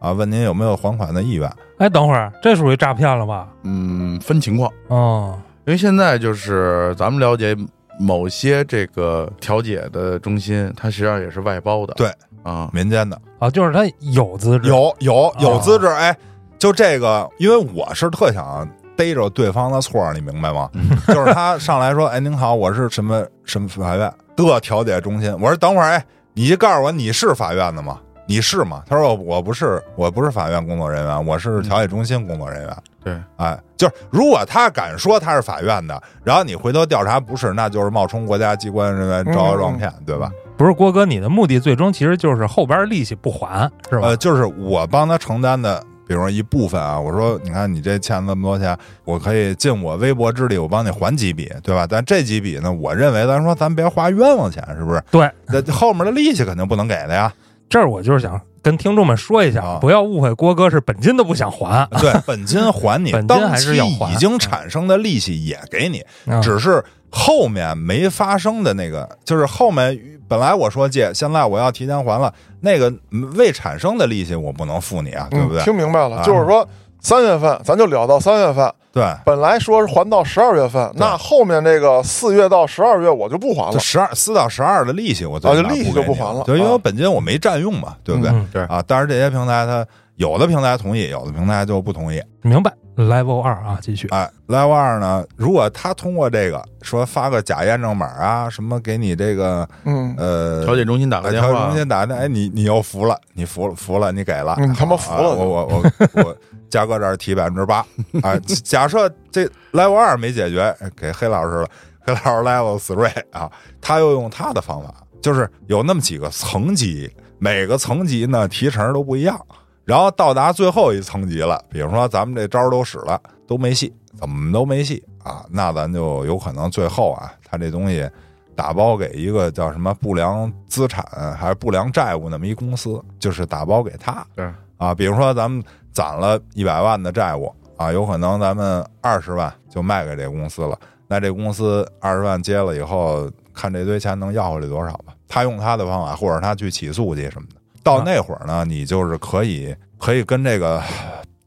S2: 啊，问您有没有还款的意愿
S3: 哎，等会儿这属于诈骗了吧？
S1: 嗯，分情况。
S3: 哦，
S1: 因为现在就是咱们了解某些这个调解的中心，它实际上也是外包的。
S2: 对
S1: 啊，
S2: 民间的
S3: 啊，就是他有资质，
S2: 有有有
S3: 啊
S2: 资质，哎，就这个，因为我是特想逮着对方的错儿，你明白吗？
S3: 嗯
S2: 就是他上来说，哎，您好，我是什么什么法院的调解中心，我说等会儿，哎，你就告诉我你是法院的吗？你是吗？他说我我不是，我不是法院工作人员，我是调解中心工作人员。
S3: 嗯
S1: 对，
S2: 哎，就是如果他敢说他是法院的，然后你回头调查不是，那就是冒充国家机关人员招摇撞骗，对吧？
S3: 不是郭哥，你的目的最终其实就是后边利息不还，是吧
S2: 呃，？就是我帮他承担的，比如说一部分啊，我说你看你这欠这么多钱，我可以尽我微薄之力，我帮你还几笔，对吧？但这几笔呢，我认为咱说咱别花冤枉钱，是不是？
S3: 对，
S2: 那后面的利息肯定不能给的 呀。
S3: 这儿我就是想跟听众们说一下
S2: 啊，
S3: 不要误会，郭哥是本金都不想还，
S2: 对，本金还你，
S3: 本金
S2: 当
S3: 还
S2: 期
S3: 是要还
S2: 已经产生的利息也给你，
S3: 啊
S2: 只是后面没发生的那个，就是后面本来我说借，现在我要提前还了，那个嗯未产生的利息我不能付你啊，对不
S4: 嗯，
S2: 对？
S4: 听明白了，
S2: 啊
S4: 就是说三月份咱就聊到三月份，
S2: 对，
S4: 本来说是还到十二月份，那后面这这个四月到十二月我就不还
S2: 就
S4: 了。
S2: 十二四到十二的利息我最
S4: 啊
S2: 起
S4: 就
S2: 码
S4: 利息
S2: 给
S4: 就不
S2: 你
S4: 还了
S2: 就因为我
S4: 啊
S2: 本金我没占用嘛，对不对？
S3: 嗯
S1: 对
S2: 啊，但是这些平台它有的平台同意，有的平台就不同意。
S3: 明白？Level 二啊，继续，
S2: 哎，Live 二呢，如果他通过这个说发个假验证码啊，什么给你这个
S4: 嗯
S2: 呃
S1: 调解中心打个电
S2: 调解
S1: 话
S2: 中，心打的，哎，你你又服了，你服了，服了，你给了，
S4: 嗯他妈服了
S2: 啊我我我我， 嘉哥这儿提百分之八啊，假设这 level 二没解决，哎给黑老师了，黑老师 level three 啊，他又用他的方法，就是有那么几个层级，每个层级呢提成都不一样，然后到达最后一层级了，比如说咱们这招儿都使了，都没戏，怎么都没戏啊，那咱就有可能最后啊，他这东西打包给一个叫什么不良资产还是不良债务那么一公司，就是打包给他
S1: 对
S2: 啊，比如说咱们攒了一百万的债务啊，有可能咱们二十万就卖给这公司了，那这公司二十万接了以后，看这堆钱能要回来多少吧。他用他的方法，或者他去起诉去什么的。到那会儿呢，你就是可以可以跟这个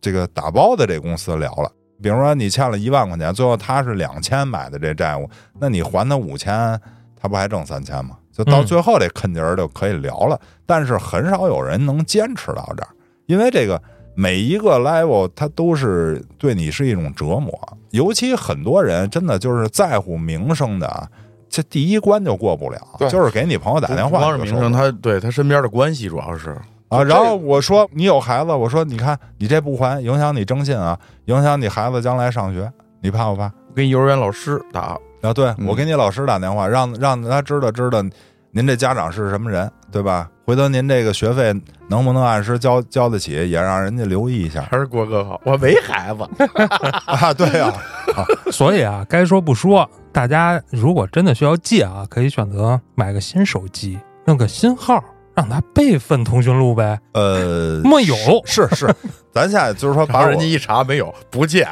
S2: 这个打包的这公司聊了。比如说你欠了一万块钱，最后他是两千买的这债务，那你还他五千，他不还挣三千吗？就到
S3: 嗯
S2: 最后这坑节儿就可以聊了。但是很少有人能坚持到这儿，因为这个每一个 level 它都是对你是一种折磨，尤其很多人真的就是在乎名声的啊。这第一关就过不了，
S4: 对
S2: 就是给你朋友打电
S1: 不
S2: 话就
S1: 光是
S2: 受不了，
S1: 名声，他对他身边的关系主要是
S2: 啊，
S4: 就这
S2: 然后我说你有孩子，我说你看你这不还，影响你征信啊，影响你孩子将来上学，你怕不怕？
S1: 跟幼儿园老师打，
S2: 啊，对
S1: 嗯
S2: 我给你老师打电话，让让他知道知道您这家长是什么人，对吧？回头您这个学费能不能按时交交得起，也让人家留意一下
S1: 还是郭哥好，我没孩 子，
S2: 啊。对呀、
S3: 所以啊，该说不说，大家如果真的需要借啊，可以选择买个新手机，弄个新号，让它备份通讯录呗。
S2: 呃，
S3: 没有，
S2: 是是， 咱现在就是说
S1: 然
S2: 把
S1: 后
S2: 我
S1: 人家一查没有，不借，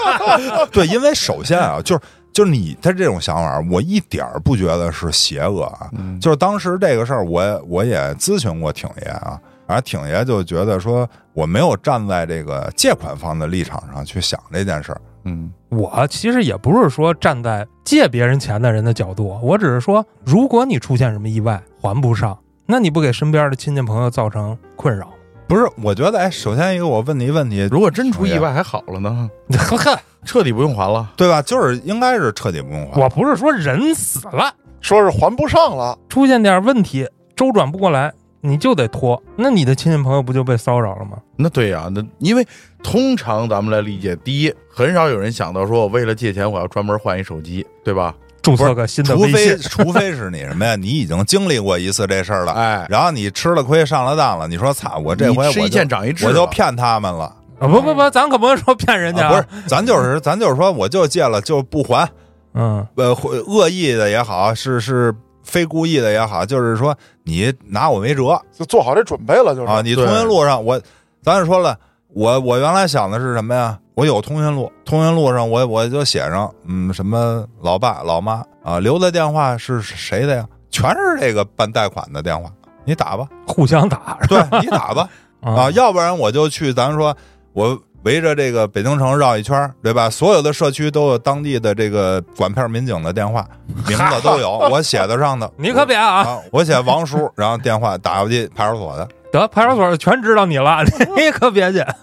S2: 对，因为首先啊，就是就是你他这种想法，我一点儿不觉得是邪恶啊。
S1: 嗯
S2: 就是当时这个事儿，我也我也咨询过挺爷啊，而挺爷就觉得说我没有站在这个借款方的立场上去想这件事儿。
S1: 嗯，
S3: 我其实也不是说站在借别人钱的人的角度，我只是说，如果你出现什么意外还不上，那你不给身边的亲戚朋友造成困 扰？
S2: 不是，我觉得哎，首先一个我问你一问题，
S1: 如果真出意外还好了呢，
S3: 呵呵，
S1: 彻底不用还了，
S2: 对吧？就是应该是彻底不用还。
S3: 我不是说人死了，
S4: 说是还不上了，
S3: 出现点问题周转不过来，你就得拖，那你的亲戚朋友不就被骚扰了吗？
S1: 那对呀、那因为通常咱们来理解，第一，很少有人想到说我为了借钱我要专门换一手机，对吧？
S3: 注册个新的
S2: 除
S3: 微
S2: 非
S3: 信，
S2: 除非是你什么呀？你已经经历过一次这事儿了，
S1: 哎
S2: 然后你吃了亏上了当了，你说操，我这回
S1: 你
S2: 我
S1: 吃
S2: 就
S1: 一堑长一智
S2: 我就
S1: 了
S2: 骗他们了。
S3: 啊不不不，咱可不是说骗人
S2: 哎
S3: 家、
S2: 啊，不是，咱就是咱就是说，我就借了就不还，
S3: 嗯，
S2: 呃，会恶意的也好，是是非故意的也好，就是说你拿我没辙
S4: 就做好这准备了，就是
S2: 啊。你通讯录上我，咱就说了，我我原来想的是什么呀？我有通讯录，通讯录上我我就写上，嗯，什么老爸老妈啊，留的电话是谁的呀？全是这个办贷款的电话，你打吧，
S3: 互相打
S2: 对 你打吧，啊，，要不然我就去，咱说我围着这个北京城绕一圈儿，对吧？所有的社区都有当地的这个管片民警的 电话，名字都有，我写得上的。
S3: 你可别啊，
S2: 啊，我写王叔， 然后电话打过去派出所的。
S3: 得派出所全知道 你了，你可别去。
S2: 啊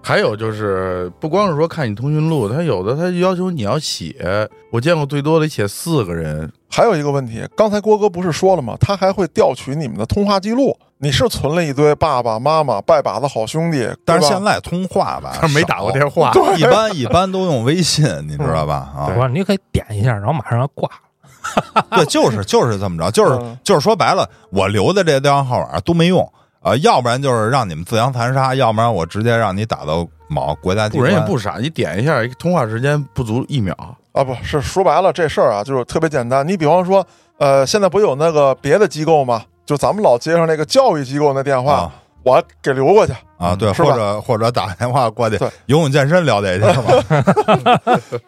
S1: 还有就是，不光是说看你通讯录，他有的他要求你要写，我见过最多的写四个人，
S4: 还有一个问题，刚才郭哥不是说了吗？他还会调取你们的通话记录。你是存了一堆爸爸妈妈、拜把子好兄弟，
S2: 但是
S4: 对吧
S2: 现在通话吧，
S1: 他没打过电话，嗯
S2: 话，一般一般都用微信，你知道吧？啊
S3: 我，说你可以点一下，然后马上要挂了。
S2: 对，就是就是这么着，就是
S4: 嗯
S2: 就是说白了，我留的这些电话号码都没用啊、要不然就是让你们自相残杀，要不然我直接让你打到某国家机
S1: 不
S2: 关。
S1: 人也不傻，你点一下，通话时间不足一秒，
S4: 啊，不是说白了这事儿啊，就是特别简单。你比方说，呃，现在不有那个别的机构吗？就咱们老接上那个教育机构那电话，
S2: 啊
S4: 我给留过去。
S2: 啊，对，
S4: 嗯是
S2: 或
S4: 吧
S2: 者或者打电话过去
S4: 对
S2: 游泳健身了解一下 嘛。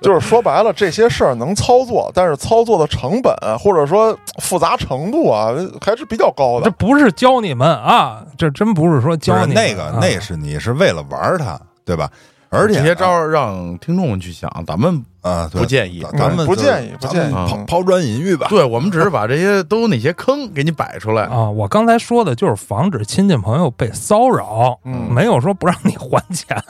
S4: 就是说白了，这些事儿能操作，但是操作的成本或者说复杂程度啊，还是比较高
S3: 这
S4: 的。
S3: 不是教你们啊，这真不是说
S2: 就
S3: 教
S2: 是
S3: 你们
S2: 那个
S3: 啊，
S2: 那是你是为了玩它，对吧？而且
S1: 这些招儿让听众们去想，咱们
S2: 啊，对
S1: 不建议
S2: 咱咱们
S4: 嗯不
S2: 就
S4: 建议不
S2: 咱们
S4: 建议
S2: 抛
S4: 嗯
S2: 抛砖引玉吧。
S1: 对我们只是把这些都哪些坑给你摆出来，
S3: 啊，我刚才说的就是防止亲戚朋友被骚扰，
S4: 嗯
S3: 没有说不让你还钱。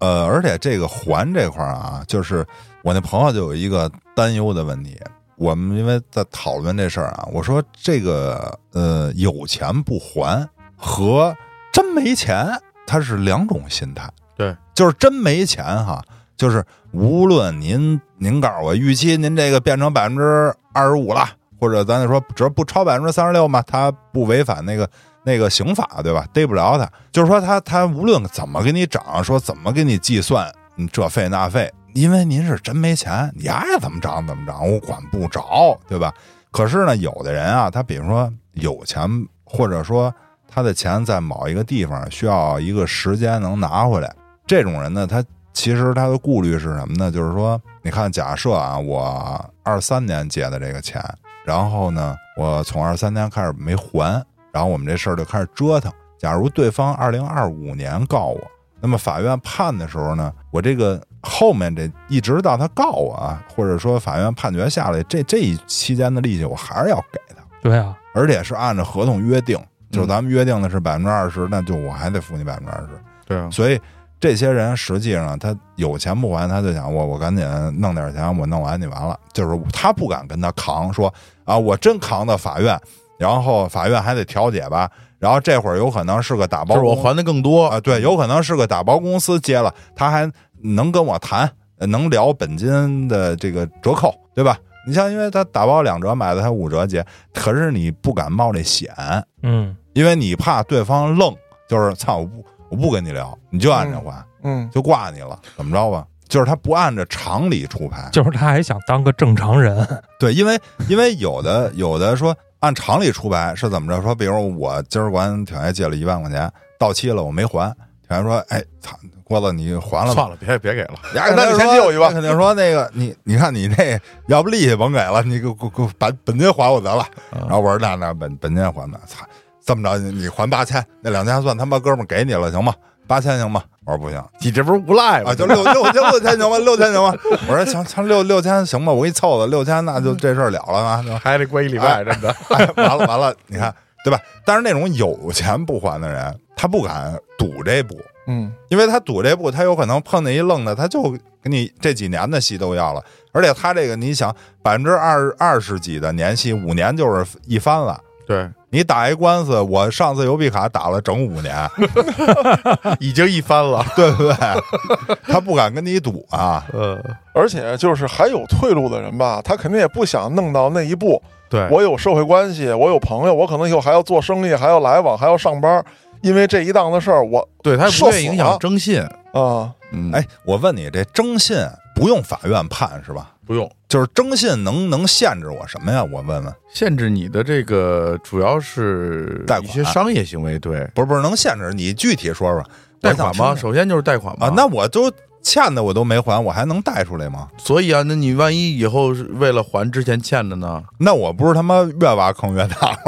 S2: 呃，而且这个还这块儿啊，就是我那朋友就有一个担忧的问题。我们因为在讨论这事儿啊，我说这个呃，有钱不还和真没钱，它是两种心态。
S1: 对，
S2: 就是真没钱哈，就是无论您您告诉我预期您这个变成百分之二十五了，或者咱就说只要不超百分之三十六嘛，他不违反那个那个刑法对吧？逮不着他，就是说他他无论怎么给你涨，说怎么给你计算嗯这费那费，因为您是真没钱，你爱怎么涨怎么涨，我管不着，对吧？可是呢，有的人啊，他比如说有钱，或者说他的钱在某一个地方需要一个时间能拿回来，这种人呢，他其实他的顾虑是什么呢？就是说，你看，假设啊，我二三年借的这个钱，然后呢，我从二三年开始没还，然后我们这事儿就开始折腾。假如对方二零二五年告我，那么法院判的时候呢，我这个后面这一直到他告我啊，或者说法院判决下来，这这一期间的利息我还是要给他，
S3: 对啊，
S2: 而且是按照合同约定，就是
S1: 嗯
S2: 咱们约定的是百分之二十，那就我还得付你百分之二十。
S1: 对啊，
S2: 所以这些人实际上他有钱不还，他就想我我赶紧弄点钱，我弄完你完了，就是他不敢跟他扛，说啊我真扛到法院，然后法院还得调解吧，然后这会儿有可能是个打包
S1: 就是
S2: 公，
S1: 我还的更多
S2: 啊，对，有可能是个打包公司接了，他还能跟我谈，呃能聊本金的这个折扣，对吧？你像，因为他打包两折买的，他五折结，可是你不敢冒这险，
S3: 嗯，
S2: 因为你怕对方愣，就是操，我不我不跟你聊，你就按着还，
S4: 嗯，
S2: 就挂你了，怎么着吧？就是他不按着常理出牌，
S3: 就是他还想当个正常人，
S2: 对，因为因为有的有的说按常理出牌是怎么着？说比如我今儿管挑爷借了一万块钱，到期了我没还，挑爷说，哎，操，郭子你还了吧？
S1: 算了，啊别别给了，
S2: 呀
S4: 那你先借我一万
S2: 他肯定说那个你，你看你这要不利息甭给了，你给我给我把本金还我得了。
S4: 嗯
S2: 然后我说那那本本金还吧，操，这么着你你还八千，那两千算他妈哥们儿给你了，行吗？八千行吗？我说不行
S1: 你这不是无赖
S4: 哎
S1: 吗？
S2: 啊，就六六千六千行吗？六千行吗？我说行行六六千行吧，我给你凑凑六千，那就这事儿了了啊。就
S1: 还得过一礼拜，真的。
S2: 哎，完了完了，你看对吧？但是那种有钱不还的人，他不敢赌这步，
S4: 嗯，
S2: 因为他赌这步，他有可能碰见一愣的，他就给你这几年的息都要了。而且他这个，你想百分之二二十几的年息，五年就是一番了。
S1: 对，
S2: 你打一官司，我上次邮币卡打了整五年，
S1: 已经一番了。
S2: 对不对？他不敢跟你赌啊。
S1: 呃，
S4: 而且就是还有退路的人吧，他肯定也不想弄到那一步。
S1: 对，
S4: 我有社会关系，我有朋友，我可能以后还要做生意，还要来往，还要上班，因为这一档子事儿，我
S1: 对他不
S4: 社
S1: 愿意
S4: 死
S1: 影
S4: 了
S1: 响征信。
S4: 啊，
S1: 嗯，
S2: 哎，我问你，这征信不用法院判是吧？
S1: 不用
S2: 就是征信能能限制我什么呀？我问问，
S1: 限制你的这个，主要是
S2: 贷
S1: 一
S2: 款
S1: 些商业行为。对，
S2: 不是不是能限制？你具体说说
S1: 贷款
S2: 我
S1: 嘛，
S2: 想听
S1: 首先就是贷款嘛。
S2: 啊？那我都欠的我都没还，我还能贷出来吗？
S1: 所以啊，那你万一以后是为了还之前欠的呢？
S2: 那我不是他妈越挖坑越大吗？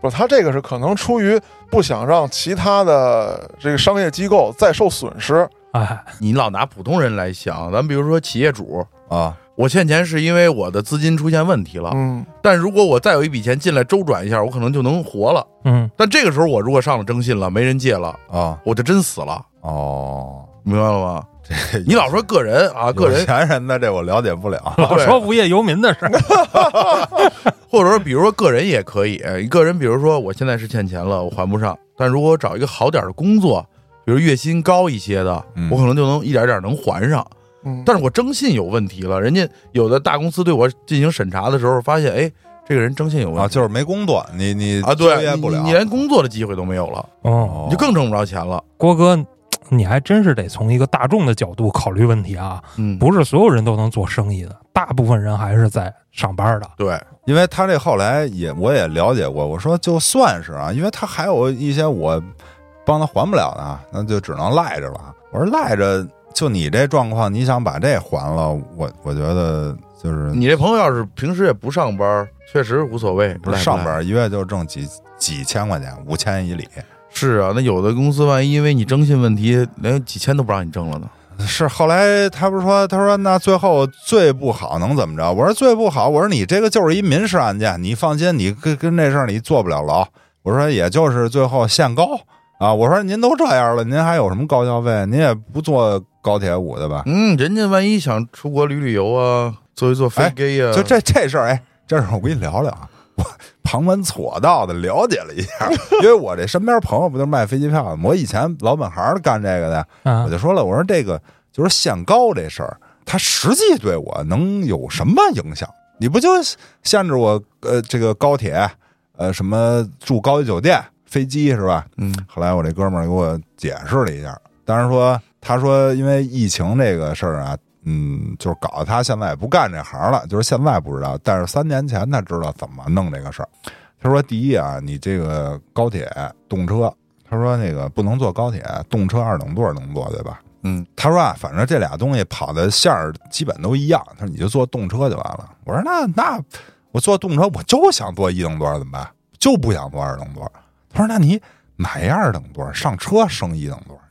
S4: 不是他这个是可能出于不想让其他的这个商业机构再受损失，
S3: 哎，
S1: 你老拿普通人来想，咱比如说企业主，
S2: 啊，
S1: 我欠钱是因为我的资金出现问题了，
S4: 嗯，
S1: 但如果我再有一笔钱进来周转一下，我可能就能活了。
S3: 嗯，
S1: 但这个时候我如果上了征信了，没人借了，
S2: 啊
S1: 我就真死了，
S2: 哦，
S1: 明白了吗？
S2: 这
S1: 你老说个人啊，个
S2: 有
S1: 人，
S2: 钱人的这我了解不了。
S3: 老说无业游民的事儿，
S1: 或者说比如说个人也可以，呃个人比如说我现在是欠钱了，我还不上，但如果我找一个好点儿的工作，比如月薪高一些的，
S2: 嗯
S1: 我可能就能一点点能还上。
S4: 嗯
S1: 但是我征信有问题了，人家有的大公司对我进行审查的时候，发现哎，这个人征信有问
S2: 啊，
S1: 题
S2: 就是没工作，你你
S1: 啊，
S2: 就业
S1: 对，
S2: 不
S1: 你
S2: 了，
S1: 你连工作的机会都没有了，
S3: 哦，
S2: 哦
S1: 你就更挣不着钱了。
S3: 郭哥，你还真是得从一个大众的角度考虑问题啊，
S1: 嗯，
S3: 不是所有人都能做生意的，大部分人还是在上班的。
S1: 对，
S2: 因为他这后来也我也了解过，我说就算是啊，因为他还有一些我帮他还不了的啊，那就只能赖着了。我说赖着，就你这状况，你想把这还了，我我觉得就是
S1: 你这朋友要是平时也不上班，确实无所谓，
S2: 不
S1: 赖
S2: 是
S1: 赖
S2: 上班一月就挣几几千块钱，五千一里，
S1: 是啊，那有的公司万一因为你征信问题，连几千都不让你挣了呢。
S2: 是后来他不是说，他说那最后最不好能怎么着？我说最不好，我说你这个就是一民事案件，你放心，你跟跟这事儿你坐不了牢。我说也就是最后限高啊，我说您都这样了，您还有什么高消费？您也不坐高铁五的吧？
S1: 嗯，人家万一想出国旅旅游啊，坐一坐飞机啊呀、
S2: 哎就这这事儿，哎，这事儿我跟你聊聊啊。我旁门左道的了解了一下，因为我这身边朋友不就是卖飞机票的吗，我以前老本行干这个的，
S3: 啊
S2: 我，就说了，我说这个就是限高这事儿，它实际对我能有什么影响？你不就限制我呃这个高铁，呃什么住高级酒店、飞机是吧？
S1: 嗯，
S2: 后来我这哥们儿给我解释了一下，当然说他说因为疫情这个事儿啊，嗯，就是搞得他现在也不干这行了，就是现在不知道，但是三年前他知道怎么弄这个事儿。他说第一啊，你这个高铁动车，他说那个不能坐高铁，动车二等座能坐对吧？嗯，他说啊，反正这俩东西跑的线儿基本都一样。他说你就坐动车就完了。我说那那我坐动车，我就想坐一等座儿怎么办？就不想坐二等座儿。他说那你哪样二等座儿？上车升一等座 儿。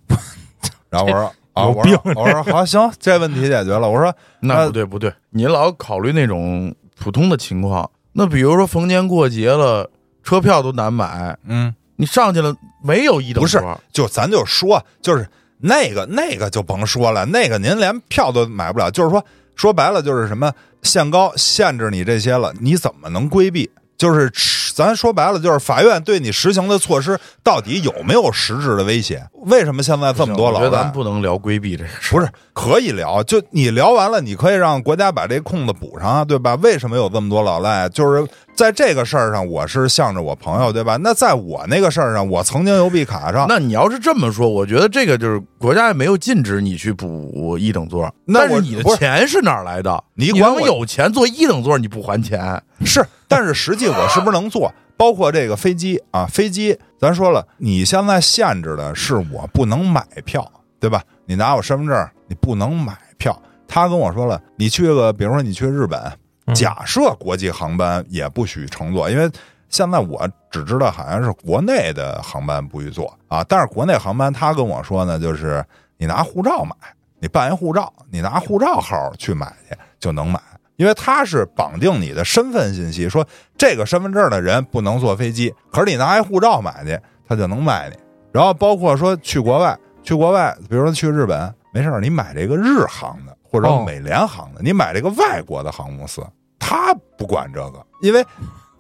S2: 然后我说啊，
S3: 有
S2: 我
S3: 病
S2: 说我说好行，这问题解决了。我说
S1: 那不对不对，您老考虑那种普通的情况。那比如说逢年过节了，车票都难买，
S2: 嗯，
S1: 你上去了没有一等
S2: 不是
S1: 座儿？
S2: 就咱就说就是那个那个就甭说了，那个您连票都买不了。就是说说白了就是什么限高限制你这些了，你怎么能规避？就是咱说白了，就是法院对你实行的措施到底有没有实质的威胁？为什么现在这么多
S1: 我
S2: 老
S1: 觉得
S2: 外
S1: 咱不能聊规避这个事儿。
S2: 不是可以聊，就你聊完了，你可以让国家把这空子补上啊，对吧？为什么有这么多老赖？就是在这个事儿上，我是向着我朋友，对吧？那在我那个事儿上，我曾经有bị卡上，
S1: 那你要是这么说，我觉得这个就是国家也没有禁止你去补一等座儿，
S2: 那
S1: 但是
S2: 我
S1: 你的
S2: 不是
S1: 钱是哪儿来的？
S2: 你
S1: 你
S2: 管
S1: 他妈
S2: 我
S1: 有钱坐一等座儿你不还钱？
S2: 是，但是实际我是不是能做？包括这个飞机啊，飞机，咱说了，你现在限制的是我不能买票，对吧？你拿我身份证，你不能买票。他跟我说了，你去个，比如说你去日本，
S3: 嗯
S2: 假设国际航班也不许乘坐，因为现在我只知道好像是国内的航班不许坐啊，但是国内航班他跟我说呢，就是你拿护照买，你办一护照，你拿护照号去买去就能买，因为他是绑定你的身份信息，说这个身份证的人不能坐飞机，可是你拿一护照买去，他就能卖你。然后包括说去国外，去国外，比如说去日本，没事儿，你买这个日航的或者
S3: 哦
S2: 美联航的，你买这个外国的航空公司，他不管这个，因为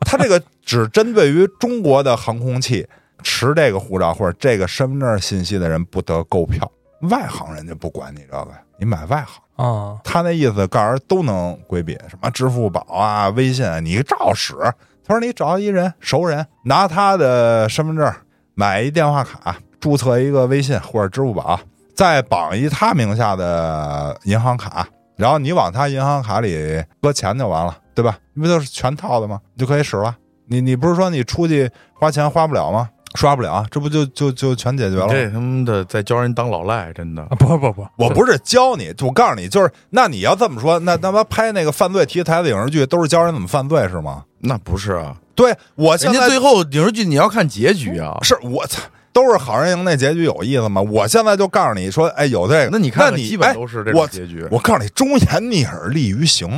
S2: 他这个只针对于中国的航空器，持这个护照或者这个身份证信息的人不得购票，外行人就不管你这个，你买外行。
S3: 啊，
S2: 他那意思告诉人都能规避，什么支付宝啊、微信啊，你照使。他说你找一人熟人，拿他的身份证买一电话卡，注册一个微信或者支付宝，再绑一他名下的银行卡，然后你往他银行卡里搁钱就完了，对吧？你不就是全套的吗？你就可以使了。你你不是说你出去花钱花不了吗？刷不了，这不就就就全解决了吗？
S1: 这他妈的在教人当老赖，真的
S3: 啊。不不不，
S2: 我不是教你， 我告诉你，就是那你要这么说，那他妈拍那个犯罪题材的影视剧都是教人怎么犯罪是吗？
S1: 那不是啊，
S2: 对我
S1: 人
S2: 现
S1: 家
S2: 在
S1: 最后影视剧你要看结局啊。
S2: 是我操，都是好人赢那结局有意思吗？我现在就告诉你说，哎，有这个，
S1: 那
S2: 你
S1: 你看看，
S2: 你
S1: 基本
S2: 哎
S1: 都是这种
S2: 我
S1: 结局。
S2: 我告诉你，忠言逆耳利于行，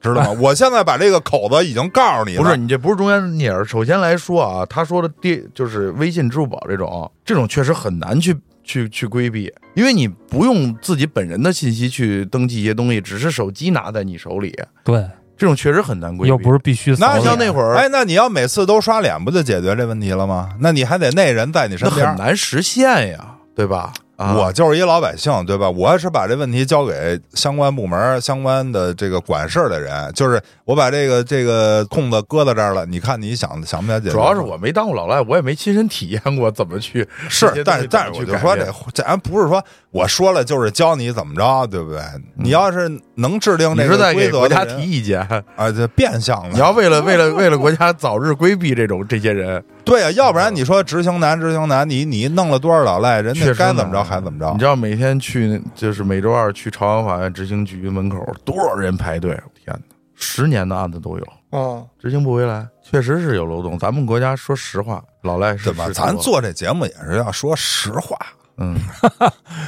S2: 知 道吗？我现在把这个口子已经告诉你了，
S1: 不是你这不是中间聂耳。首先来说啊，他说的第就是微信、支付宝这种，这种确实很难去去去规避，因为你不用自己本人的信息去登记一些东西，只是手机拿在你手里，
S3: 对，
S1: 这种确实很难规避。
S3: 又不是必须扫
S2: 那
S3: 脸。
S1: 像那会儿
S2: 哎，那你要每次都刷脸，不就解决这问题了吗？那你还得那人在你身
S1: 那
S2: 边
S1: 很，难实现呀，对吧？啊，
S2: 我就是一老百姓，对吧？我是把这问题交给相关部门、相关的这个管事儿的人，就是我把这个这个空子搁到这儿了，你看你想想不想解决？
S1: 主要是我没当过老赖，我也没亲身体验过怎么去这
S2: 是，
S1: 些东
S2: 但
S1: 西
S2: 是但是
S1: 怎
S2: 我
S1: 么去
S2: 就说
S1: 改
S2: 这
S1: 变
S2: 咱不是说我说了就是教你怎么着，对不对？你要是能制定
S1: 嗯你
S2: 这
S1: 是在
S2: 个
S1: 给
S2: 规
S1: 国
S2: 则
S1: 家
S2: 的
S1: 提
S2: 人
S1: 意见，
S2: 啊，这变相
S1: 你
S2: 的
S1: 要为了为了为了国家早日规避这种这些人，
S2: 对啊，要不然你说执行难执行难，你你弄了多少老赖，人
S1: 确
S2: 家
S1: 实
S2: 该怎么
S1: 难
S2: 着还怎么着
S1: 你。知道每天去就是每周二去朝阳法院执行局门口多少人排队？天哪，十年的案子都有，
S4: 啊，
S1: 执行不回来，确实是有漏洞。咱们国家说实话，老赖是
S2: 对吧？
S1: 是
S2: 咱
S1: 多
S2: 做这节目也是要说实话，
S1: 嗯，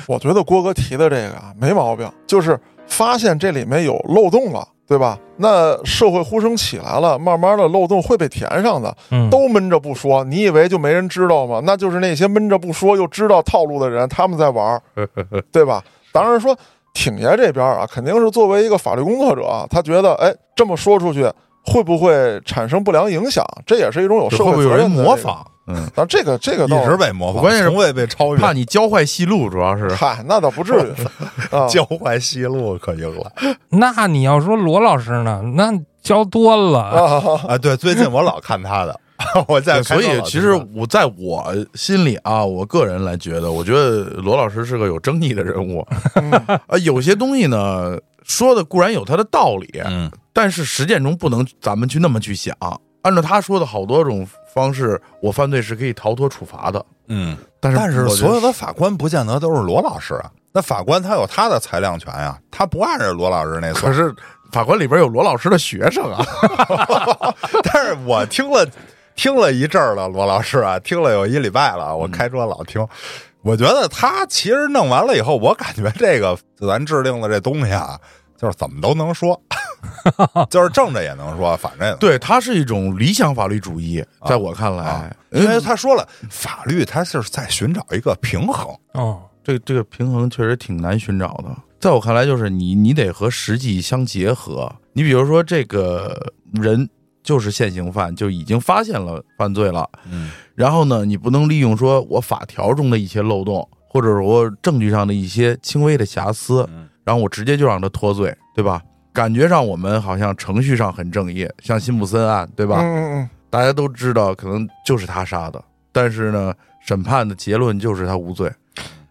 S4: 我觉得郭哥提的这个啊没毛病，就是发现这里面有漏洞了，对吧？那社会呼声起来了，慢慢的漏洞会被填上的。
S3: 嗯，
S4: 都闷着不说，你以为就没人知道吗？那就是那些闷着不说又知道套路的人，他们在玩儿， 对吧？当然说，挺爷这边啊，肯定是作为一个法律工作者啊，他觉得，哎，这么说出去会不会产生不良影响？这也是一种有
S1: 就
S4: 社
S1: 会不
S4: 会
S1: 会有
S4: 责
S1: 人
S4: 任的、
S1: 模。仿？嗯，
S4: 但这个这个倒
S2: 一直被模仿，
S1: 我关键是
S2: 从未被超越。
S1: 怕你教坏戏路，主要 是
S4: 嗨，那倒不至 于 啊。
S2: 教坏西路可硬了
S3: 那你要说罗老师呢，那教多了，
S4: 啊，
S2: 啊！对，最近我老看他的，我在
S1: 对
S2: 开
S1: 所
S2: 车
S1: 以
S2: 老
S1: 其
S2: 听
S1: 实
S2: 他
S1: 我在我心里啊，我个人来觉得，我觉得罗老师是个有争议的人 物啊。有些东西呢，说的固然有他的道理，
S2: 嗯，
S1: 但是实践中不能咱们去那么去想。按照他说的好多种方式，我犯罪是可以逃脱处罚的。
S2: 嗯，
S1: 但是
S2: 但
S1: 我
S2: 是
S1: 觉得
S2: 所有的法官不见得都是罗老师啊。那法官他有他的裁量权呀、他不按着罗老师那
S1: 可
S2: 算。
S1: 是法官里边有罗老师的学生啊，
S2: 但是我听了听了一阵儿了，罗老师啊，听了有一礼拜了，我开车老听。我觉得他其实弄完了以后，我感觉这个咱制定的这东西啊，就是怎么都能说， 就是正着也能说，反正也能说
S1: 对他是一种理想法律主义，在我看来，
S2: 啊，因
S1: 因为
S2: 为他说了，法律它是在寻找一个平衡。
S3: 哦，
S1: 这这个平衡确实挺难寻找的。在我看来，就是你你得和实际相结合。你比如说，这个人就是现行犯，就已经发现了犯罪了，
S2: 嗯，
S1: 然后呢，你不能利用说我法条中的一些漏洞，或者我证据上的一些轻微的瑕疵
S2: 嗯，
S1: 然后我直接就让他脱罪，对吧？感觉上我们好像程序上很正义，像辛普森案，对吧？
S4: 嗯嗯
S1: 大家都知道，可能就是他杀的，但是呢，审判的结论就是他无罪。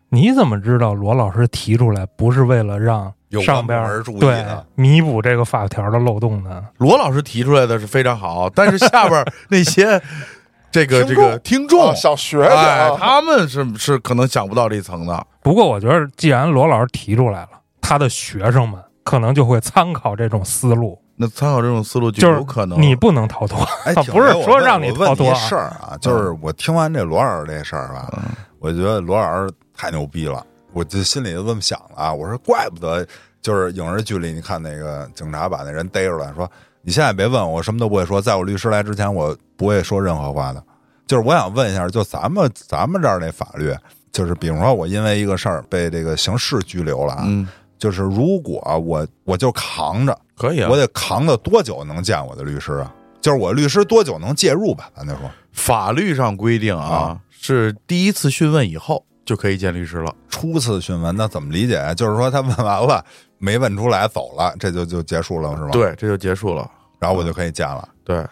S3: 你怎么知道罗老师提出来不是为了让
S2: 有关
S3: 上边
S2: 部门
S3: 儿
S2: 注意
S3: 对
S2: 的
S3: 弥补这个法条的漏洞呢？
S1: 罗老师提出来的是非常好，但是下边儿那些 这个这
S4: 听众
S1: 个听
S4: 嗯，
S1: 众，
S4: 啊想学学
S1: 哎，
S4: 啊，
S1: 他们是是可能想不到这层的。
S3: 不过我觉得，既然罗老师提出来了，他的学生们可能就会参考这种思路，
S1: 那参考这种思路
S3: 就
S1: 有
S3: 是
S1: 可能
S3: 你不能逃脱。
S2: 哎，
S3: 啊不是说让你
S2: 你
S3: 逃脱啊嗯
S2: 问一事儿啊，就是我听完这罗老师这事儿吧，我觉得罗老师太牛逼了，我就心里就这么想了啊，我说怪不得就是影视剧里你看那个警察把那人逮出来，说你现在别问我，什么都不会说，在我律师来之前，我不会说任何话的。就是我想问一下，就咱们咱们这儿那法律，就是比如说我因为一个事儿被这个刑事拘留了啊，
S1: 嗯，
S2: 就是如果我我就扛着。
S1: 可以啊
S2: 我。得扛到多久能见我的律师啊？就是我律师多久能介入吧？咱就说，
S1: 法律上规定啊
S2: 啊，
S1: 是第一次讯问以后就可以见律师了。
S2: 初次询问那怎么理解啊？就是说他问完了没问出来走了，这就就结束了是吗？，
S1: 对，这就结束了。
S2: 然后我就可以见了
S1: 对，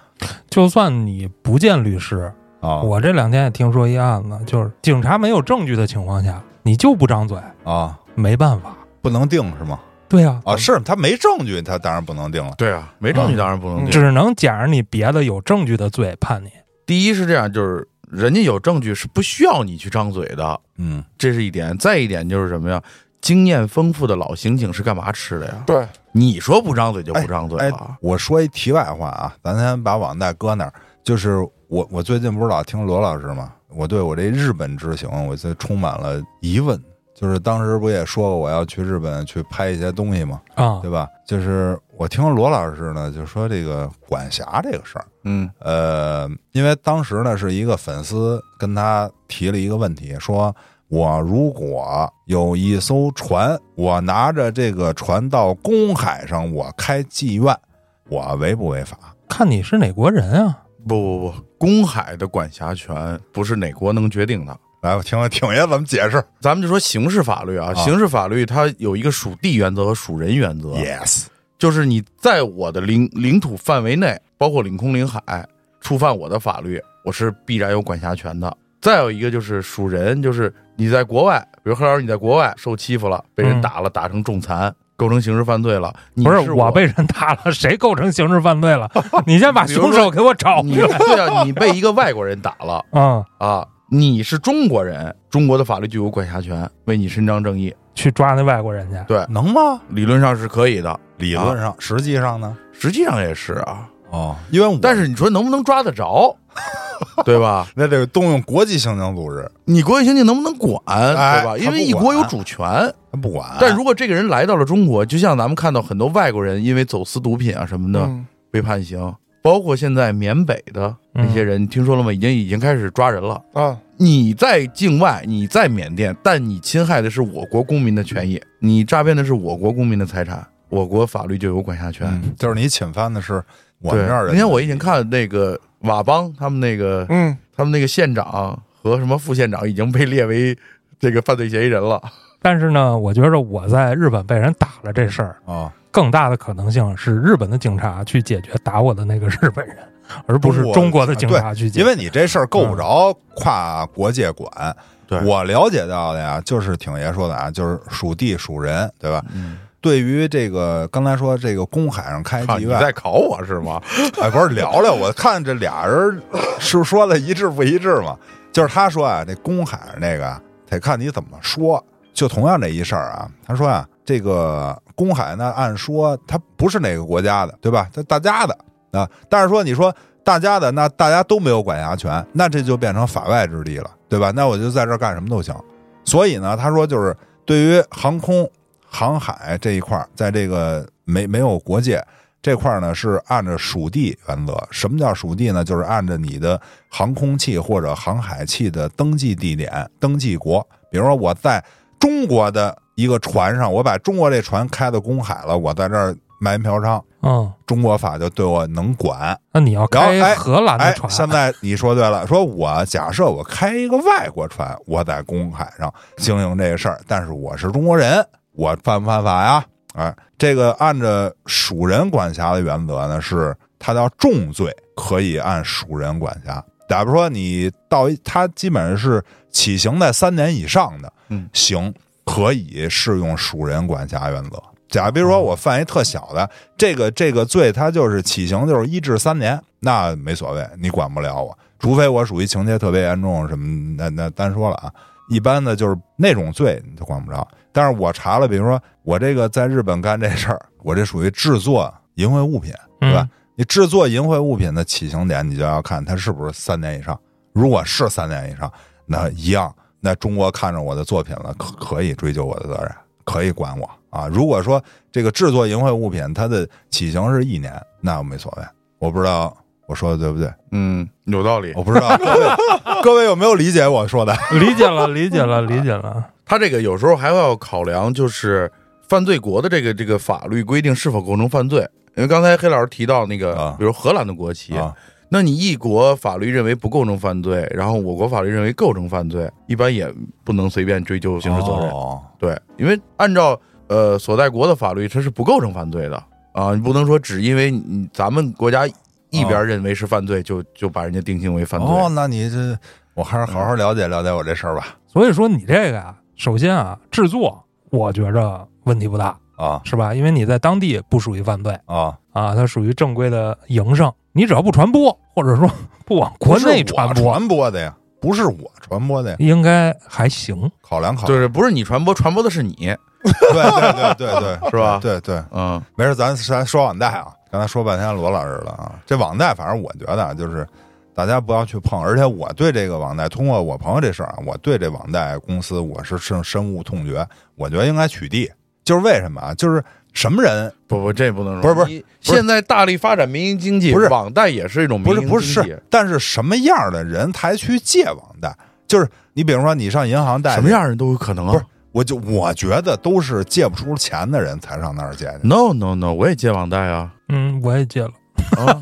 S3: 就算你不见律师，
S2: 啊
S3: 我这两天也听说一案子，就是警察没有证据的情况下，你就不张嘴，
S2: 啊，
S3: 没办法。
S2: 不能定是吗？
S3: 对呀、
S2: 啊，是他没证据，他当然不能定了。
S1: 对啊，没证据
S3: 嗯
S1: 当然不能定。
S3: 只能捡着你别的有证据的罪判你。
S1: 第一是这样，就是人家有证据是不需要你去张嘴的，
S2: 嗯，
S1: 这是一点。再一点就是什么呀？经验丰富的老刑警是干嘛吃的呀？
S4: 对，
S1: 你说不张嘴就不张嘴
S2: 哎
S1: 了。，
S2: 我说一题外话啊，咱先把网贷搁那儿。就是我我最近不是老听罗老师吗？我对我这日本之行，我就充满了疑问。就是当时不也说过我要去日本去拍一些东西吗？
S3: 啊
S2: 对吧？就是我听罗老师呢，就说这个管辖这个事儿，
S1: 嗯
S2: 呃，因为当时呢是一个粉丝跟他提了一个问题，说我如果有一艘船，我拿着这个船到公海上，我开妓院，我违不违法？
S3: 看你是哪国人啊？
S1: 不不不，公海的管辖权不是哪国能决定的。
S2: 来，我听听挺爷怎么 解释。
S1: 咱们就说刑事法律啊，
S2: 啊
S1: 刑事法律它有一个属地原则和属人原则
S2: Yes，
S1: 就是你在我的领领土范围内，包括领空领海，触犯我的法律，我是必然有管辖权的。再有一个就是属人，就是你在国外，比如何老师你在国外受欺负了，被人
S3: 嗯
S1: 打了，打成重残，构成刑事犯罪了，你
S3: 不
S1: 是
S3: 是我被人打了，谁构成刑事犯罪了？你先把
S1: 比如说
S3: 凶手给我找
S1: 你
S3: 出 来。
S1: 对啊，你被一个外国人打了。
S3: 啊、
S1: 啊，你是中国人，中国的法律具有管辖权，为你伸张正义，
S3: 去抓那外国人去。
S2: 能吗？
S1: 理论上是可以的，
S2: 理
S3: 啊
S2: 论上，实际上呢？
S1: 实际上也是啊。
S2: 哦，因为我
S1: 但是你说能不能抓得着， 对吧？
S2: 那这个动用国际刑警组织，
S1: 你国际刑警能不能管，
S2: 哎
S1: 对吧？
S2: 他
S1: 因为
S2: 不
S1: 一国有
S2: 管哎
S1: 主权，
S2: 他不管。
S1: 但如果这个人来到了中国，就像咱们看到很多外国人因为走私毒品啊什么的
S4: 嗯
S1: 被判刑，包括现在缅北的那些人，听说了吗？已经已经开始抓人了。
S4: 啊，
S1: 你在境外，你在缅甸，但你侵害的是我国公民的权益，你诈骗的是我国公民的财产，我国法律就有管辖权。
S2: 嗯就是你侵犯的是我
S1: 对
S2: 们这儿，人。
S1: 那天我已经看那个佤邦他们那个、
S4: 嗯，
S1: 他们那个县长和什么副县长已经被列为这个犯罪嫌疑人了。
S3: 但是呢，我觉着我在日本被人打了这事儿，
S2: 啊，
S3: 更大的可能性是日本的警察去解决打我的那个日本人，而不是
S2: 中国
S3: 中国的警察去解决。
S2: 因为你这事儿够不着跨国界管。
S1: 嗯对
S2: 我了解到的呀，就是挺爷说的啊，就是属地属人，对吧？
S1: 嗯，
S2: 对于这个刚才说这个公海上开
S1: 靠，
S2: 妓
S1: 啊你
S2: 院，
S1: 在考我是吗？
S2: 哎，不是聊聊，我看这俩人是不是说的一致不一致嘛？就是他说啊，这公海上那个得看你怎么说。就同样这一事儿啊，他说啊，这个公海呢，按说他不是哪个国家的，对吧？他大家的啊，但是说你说大家的，那大家都没有管辖权，那这就变成法外之地了，对吧？那我就在这儿干什么都行。所以呢，他说就是对于航空、航海这一块儿，在这个没没有国界，这块儿呢是按照属地原则。什么叫属地呢？就是按照你的航空器或者航海器的登记地点、登记国。比如说我在中国的一个船上，我把中国这船开到公海了，我在这儿卖淫嫖娼，
S3: 嗯，
S2: 中国法就对我能管。
S3: 那你要
S2: 然后哎
S3: 开荷兰的
S2: 哎，
S3: 船，
S2: 现在你说对了，说我假设我开一个外国船，我在公海上经营这个事儿，但是我是中国人，我犯不犯法呀？哎，这个按照属人管辖的原则呢，是它叫重罪，可以按属人管辖。假如说你到一，它基本上是起刑在三年以上的，
S1: 嗯，
S2: 刑可以适用属人管辖原则。假比如说我犯一特小的，这个这个罪，它就是起刑就是一至三年，那没所谓，你管不了我，除非我属于情节特别严重什么，那那单说了啊。一般的就是那种罪你就管不着，但是我查了，比如说我这个在日本干这事儿，我这属于制作淫秽物品，对吧？
S3: 嗯
S2: 你制作淫秽物品的起刑点，你就要看它是不是三年以上。如果是三年以上，那一样，那中国看着我的作品了，可可以追究我的责任，可以管我啊。如果说这个制作淫秽物品，它的起刑是一年，那我没所谓。我不知道我说的对不对，
S1: 嗯，有道理
S2: 我。不知道各 位各位有没有理解我说的？
S3: 理解了， 理解了，理解了。
S1: 他这个有时候还要考量，就是犯罪国的这个这个法律规定是否构成犯罪。因为刚才黑老师提到那个
S2: 啊，
S1: 比如荷兰的国旗，
S2: 啊，
S1: 那你一国法律认为不构成犯罪，然后我国法律认为构成犯罪，一般也不能随便追究刑事责任。
S2: 哦
S1: 对，因为按照呃所在国的法律，它是不构成犯罪的啊，你不能说只因为你咱们国家一边认为是犯罪，就就把人家定性为犯罪。
S2: 啊哦，那你这我还是好好了解了解我这事儿吧。
S3: 所以说你这个啊，首先啊，制作我觉着问题不大，
S2: 啊
S3: 是吧？因为你在当地不属于犯罪
S2: 啊，
S3: 啊，它属于正规的营生。你只要不传播，或者说不往国内
S2: 不是我
S3: 传播，
S2: 传播的呀，不是我传播的呀，
S3: 应该还行。
S2: 考量考量，
S1: 就是不是你传播，传播的是你，
S2: 对对对对 对，
S1: 是吧
S2: 啊对对，
S1: 嗯，
S2: 没事，咱咱说网贷啊，刚才说半天罗老师了啊，这网贷反正我觉得啊就是大家不要去碰，而且我对这个网贷，通过我朋友这事儿啊，我对这网贷公司我是深深恶痛绝，我觉得应该取缔。就是为什么啊？就是什么人
S1: 不不，这不能说
S2: 不是不是
S1: 你
S2: 不是
S1: 现在大力发展民营经济，
S2: 不是
S1: 网贷也是一种民
S2: 不是
S1: 营经济，
S2: 不是，但是什么样的人才去借网贷？就是你比如说你上银行贷
S1: 什么，样的人都有可能啊。
S2: 不是我就我觉得都是借不出钱的人才上那儿借去。
S1: No No No，我也借网贷啊，
S3: 嗯，我也戒了。
S1: 啊，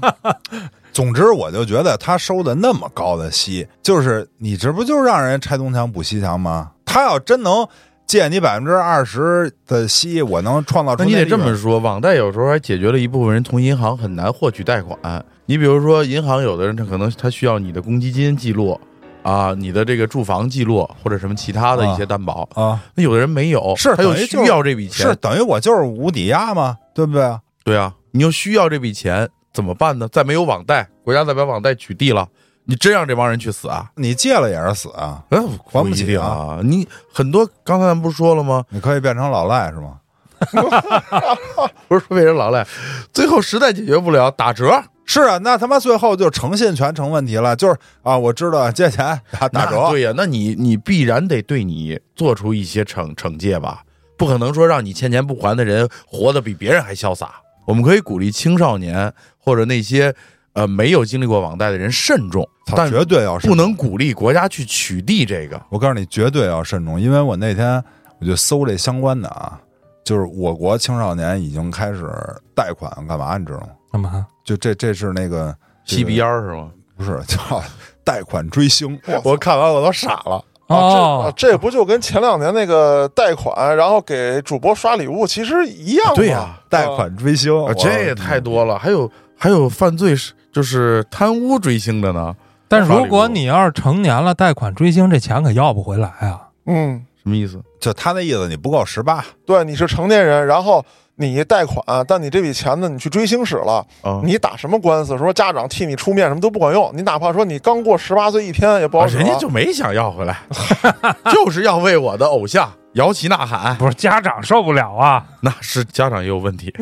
S2: 总之，我就觉得他收的那么高的息，就是你这不就是让人拆东墙补西墙吗？他要真能借你百分之二十的息，我能创造出
S1: 那你
S2: 那
S1: 得
S2: 利
S1: 这
S2: 润
S1: 么说，网贷有时候还解决了一部分人从银行很难获取贷款。你比如说，银行有的人他可能他需要你的公积金记录啊，你的这个住房记录或者什么其他的一些担保，
S2: 啊，
S1: 那有的人没有，
S2: 是
S1: 他又
S2: 等于
S1: 需
S2: 就是
S1: 要这笔
S2: 是
S1: 钱，
S2: 等于我就是无抵押嘛，对不对？
S1: 对啊，你又需要这笔钱，怎么办呢？再没有网贷，国家再把网贷取缔了，你真让这帮人去死啊？
S2: 你借了也是死啊，
S1: 哎，
S2: 还不起
S1: 一定啊！你很多刚才咱们不是说了吗？
S2: 你可以变成老赖是吗？
S1: 不是说被人老赖，最后实在解决不了，打折
S2: 是啊，那他妈最后就诚信全成问题了，就是啊，我知道借钱打打
S1: 那
S2: 折，
S1: 对呀、那你你必然得对你做出一些惩惩戒吧，不可能说让你欠钱不还的人活得比别人还潇洒。我们可以鼓励青少年或者那些呃没有经历过网贷的人慎重，
S2: 操，
S1: 但
S2: 绝对要是
S1: 不能鼓励国家去取缔这个。
S2: 我告诉你，绝对要慎重，因为我那天我就搜这相关的啊，就是我国青少年已经开始贷款干嘛，你知道吗？
S3: 干嘛？
S2: 就这这是那个这个
S1: 吸鼻烟儿是吗？
S2: 不是 叫贷款追星，
S1: 我看完我都傻了。
S4: 啊
S3: 哦，
S4: 这啊这不就跟前两年那个贷款，然后给主播刷礼物其实一样吗？
S1: 对呀
S2: 贷款追星，
S1: 啊
S2: 我，
S1: 这也太多了，还有还有犯罪是就是贪污追星的呢，
S3: 但如果你要是成年了，贷款追星这钱可要不回来啊！
S4: 嗯，
S1: 什么意思？
S2: 就他那意思，你不够十八，
S4: 对，你是成年人，然后你贷款，但你这笔钱呢，你去追星使了，
S1: 啊，
S4: 你打什么官司？说家长替你出面什么都不管用，你哪怕说你刚过十八岁一天也不好使啊。
S1: 人家就没想要回 来，就是要为我的偶像摇旗呐喊，
S3: 不是家长受不了啊。
S1: 那是家长也有问题。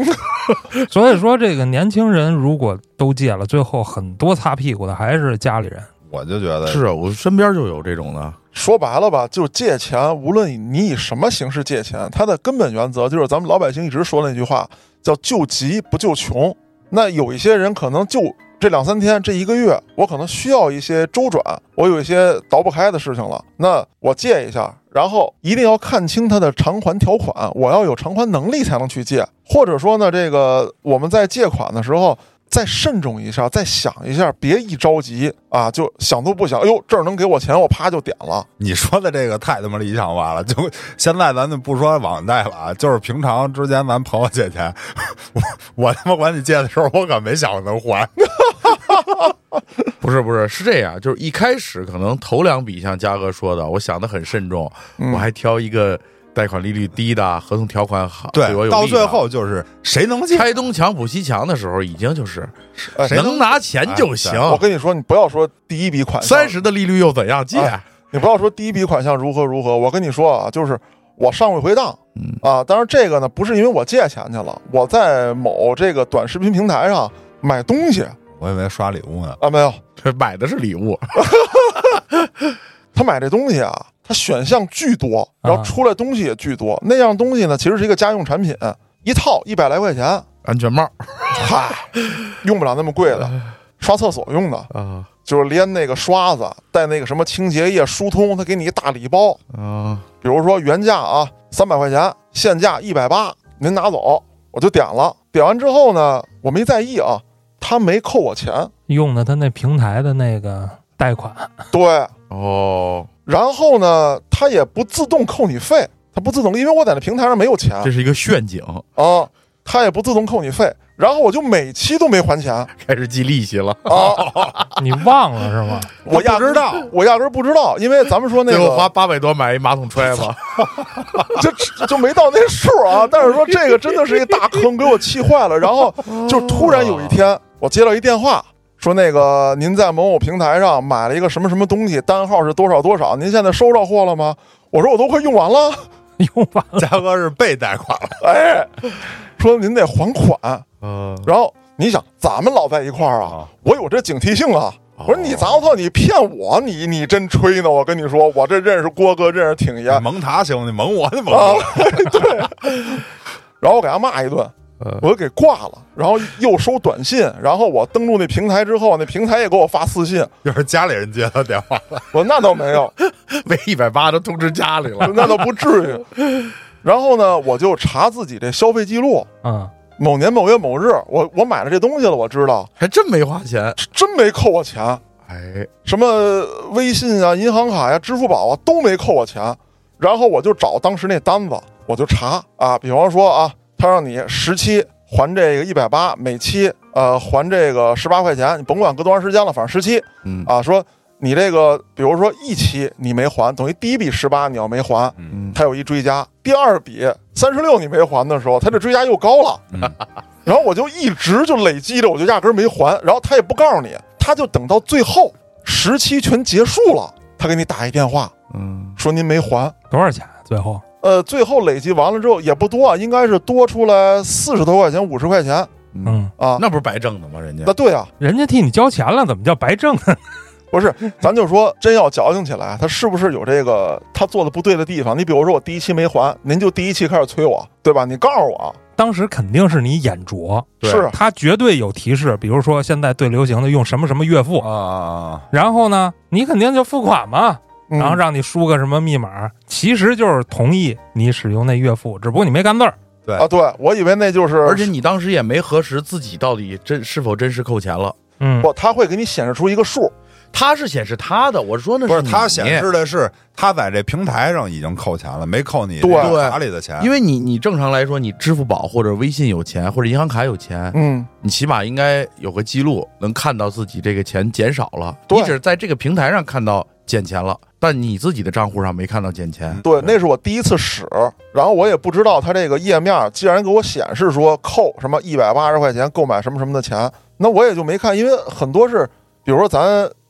S3: 所以说，这个年轻人如果都戒了，最后很多擦屁股的还是家里人。
S2: 我就觉得
S1: 是啊，我身边就有这种的，
S4: 说白了吧，就是借钱，无论你以什么形式借钱，它的根本原则就是咱们老百姓一直说的那句话，叫救急不救穷。那有一些人可能就这两三天、这一个月，我可能需要一些周转，我有一些倒不开的事情了，那我借一下，然后一定要看清它的偿还条款，我要有偿还能力才能去借，或者说呢，这个我们在借款的时候。再慎重一下，再想一下，别一着急啊，就想都不想。哎呦，这儿能给我钱，我啪就点了。
S2: 你说的这个太他妈理想化了。就现在咱就不说网贷了啊，就是平常之前咱朋友借钱， 我我他妈管你借的时候，我可没想过能还。
S1: 不是不是是这样，就是一开始可能头两笔像嘉哥说的，我想的很慎重，
S4: 嗯
S1: 我还挑一个贷款利率低的，合同条款好，
S2: 对
S1: 我，有
S2: 到
S1: 利啊的
S2: 最后就是谁能借，
S1: 拆东墙补西墙的时候，已经就是
S4: 哎
S2: 谁
S1: 能拿钱就行。
S2: 哎
S4: 我跟你说，你不要说第一笔款项，
S1: 三十的利率又怎样借？
S4: 哎你不要说第一笔款项如何如何。我跟你说啊，就是我上过一回当
S1: 嗯
S4: 啊，当然这个呢不是因为我借钱去了，我在某这个短视频平台上买东西
S2: 我以为刷礼物呢。
S4: 啊，没有，
S1: 这买的是礼物，
S4: 他买这东西啊，他选项巨多，然后
S3: 啊
S4: 出来东西也巨多。那样东西呢，其实是一个家用产品，一套一百来块钱，
S1: 安全帽
S4: 嗨，用不了那么贵的，刷厕所用的，
S1: 啊
S4: 就是连那个刷子带那个什么清洁液疏通，他给你一大礼包。
S1: 啊！
S4: 比如说原价啊三百块钱，现价一百八，您拿走，我就点了。点完之后呢，我没在意啊，他没扣我钱，
S3: 用的他那平台的那个贷款，
S4: 对，
S1: 哦，
S4: 然后呢，他也不自动扣你费，他不自动，因为我在那平台上没有钱
S1: 这是一个陷阱，
S4: 啊，他也不自动扣你费，然后我就每期都没还钱啊，
S1: 开始计利息了。
S3: 你忘了是吗？
S4: 我压
S2: 不知道，
S4: 我压根儿不知道，因为咱们说那
S1: 最后花
S4: 个
S1: 八百多买一马桶揣子，
S4: 就就没到那数啊，但是说这个真的是一大坑，给我气坏了，然后。就突然有一天，我接到一电话，说那个您在某某平台上买了一个什么什么东西，单号是多少多少，您现在收到货了吗？我说我都快用完了，
S3: 用完了
S2: 嘉哥是被贷款 了，
S4: 哎，说您得还款。
S1: 嗯，
S4: 然后你想，咱们老在一块儿啊
S2: 啊，
S4: 我有这警惕性啊。我说你咋操你骗我，你你真吹呢！我跟你说，我这认识郭哥，认识挺爷，
S2: 蒙他行，你蒙我，你蒙
S4: 啊
S2: 我，，
S4: 对。然后我给他骂一顿
S1: 嗯，
S4: 我就给挂了。然后又收短信，然后我登录那平台之后，那平台也给我发私信。
S2: 又是家里人接的电话了。
S4: 我说那倒没有，
S1: 被一百八都通知家里了。
S4: 那倒不至于。然后呢，我就查自己这消费记录，
S3: 嗯，
S4: 某年某月某日，我我买了这东西了，我知道，
S1: 还真没花钱。
S4: 这真没扣我钱，
S1: 哎，
S4: 什么微信啊、银行卡呀、支付宝啊都没扣我钱。然后我就找当时那单子，我就查啊，比方说啊，他让你十期还这个一百八，每期呃还这个十八块钱，你甭管隔多长时间了，反正十期
S1: 嗯
S4: 啊，说你这个比如说一期你没还，等于第一笔十八你要没还，
S1: 嗯，
S4: 他有一追加，第二笔三十六你没还的时候，他这追加又高了，
S2: 嗯
S4: 然后我就一直就累积着，我就压根儿没还，然后他也不告诉你，他就等到最后时期全结束了，他给你打一电话
S1: 嗯，
S4: 说您没还，
S3: 多少钱？最后
S4: 呃，最后累积完了之后也不多啊，应该是多出来四十多块钱、五十块钱
S3: 嗯，
S4: 啊。
S1: 那不是白挣的吗？人家
S4: 那对啊，
S3: 人家替你交钱了，怎么叫白挣呢？
S4: 不是，咱就说真要矫情起来，他是不是有这个他做的不对的地方？你比如说我第一期没还，您就第一期开始催我，对吧？你告诉我，
S3: 当时肯定是你眼拙，
S1: 对
S4: 是啊
S3: 他绝对有提示，比如说现在最流行的用什么什么月付，
S2: 啊啊
S3: 然后呢，你肯定就付款嘛，
S4: 嗯
S3: 然后让你输个什么密码，其实就是同意你使用那月付，只不过你没干字儿。
S4: 啊，对我以为那就是，
S1: 而且你当时也没核实自己到底真是否真实扣钱了。
S3: 嗯，
S4: 不，它会给你显示出一个数，
S1: 他是显示他的，我说那
S2: 不是
S1: 你
S2: 他显示，的是他在这平台上已经扣钱了，没扣你
S4: 对
S2: 这个卡里的钱，
S1: 因为你你正常来说，你支付宝或者微信有钱，或者银行卡有钱，
S4: 嗯，
S1: 你起码应该有个记录，能看到自己这个钱减少了。
S4: 对
S1: 你只是在这个平台上看到减钱了，但你自己的账户上没看到减钱。
S4: 对，那是我第一次使，然后我也不知道它这个页面既然给我显示说扣什么一百八十块钱购买什么什么的钱，那我也就没看，因为很多是，比如说咱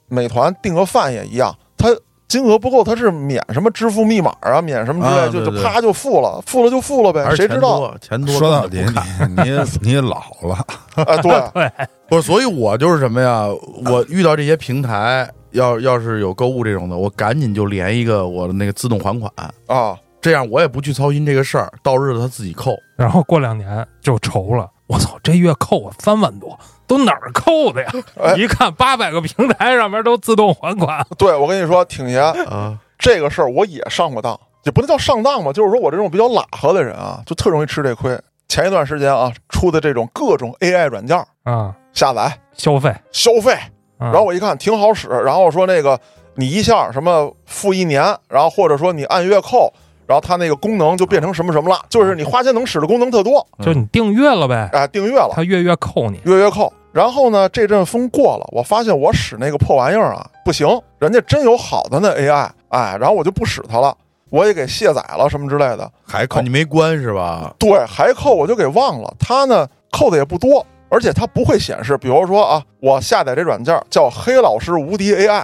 S4: 美团订个饭也一样，它金额不够，它是免什么支付密码啊，免什么之类，
S1: 啊
S4: 就
S1: 对
S4: 就
S1: 对
S4: 啪就付了，付了就付了呗，
S1: 而
S4: 谁
S1: 且
S4: 知道？
S1: 钱多
S2: 说到
S1: 根
S2: 底，
S1: 本不看
S2: 你 你你老了，
S4: 哎，对，
S1: 不是，所以我就是什么呀？我遇到这些平台，要要是有购物这种的，我赶紧就连一个我的那个自动还款，
S4: 啊，
S1: 这样我也不去操心这个事儿，到日子他自己扣。
S3: 然后过两年就愁了，我操，这月扣我三万多，都哪儿扣的呀？一看八百个平台上面都自动还款，
S4: 对我跟你说，挺爷
S1: 啊，
S4: 这个事儿我也上过当，也不能叫上当吧，就是说我这种比较拉和的人啊，就特容易吃这亏。前一段时间啊，出的这种各种 AI 软件儿
S3: 啊，
S4: 下载。
S3: 消费。啊
S4: 消费。
S3: 然
S4: 然后我一看挺好使，然后说那个你一下什么付一年，然后或者说你按月扣，然后它那个功能就变成什么什么了，就是你花钱能使的功能特多，
S3: 就你订阅了呗，
S4: 哎，订阅了，
S3: 他月月扣你。
S4: 月月扣。然后呢，这阵风过了，我发现我使那个破玩意儿啊不行，人家真有好的那 AI，哎，然后我就不使它了，我也给卸载了什么之类的。
S2: 还
S1: 靠
S2: 扣
S1: 你没关是吧？
S4: 对，还扣我就给忘了。它呢扣的也不多，而且它不会显示，比如说啊，我下载这软件叫黑老师无敌 AI，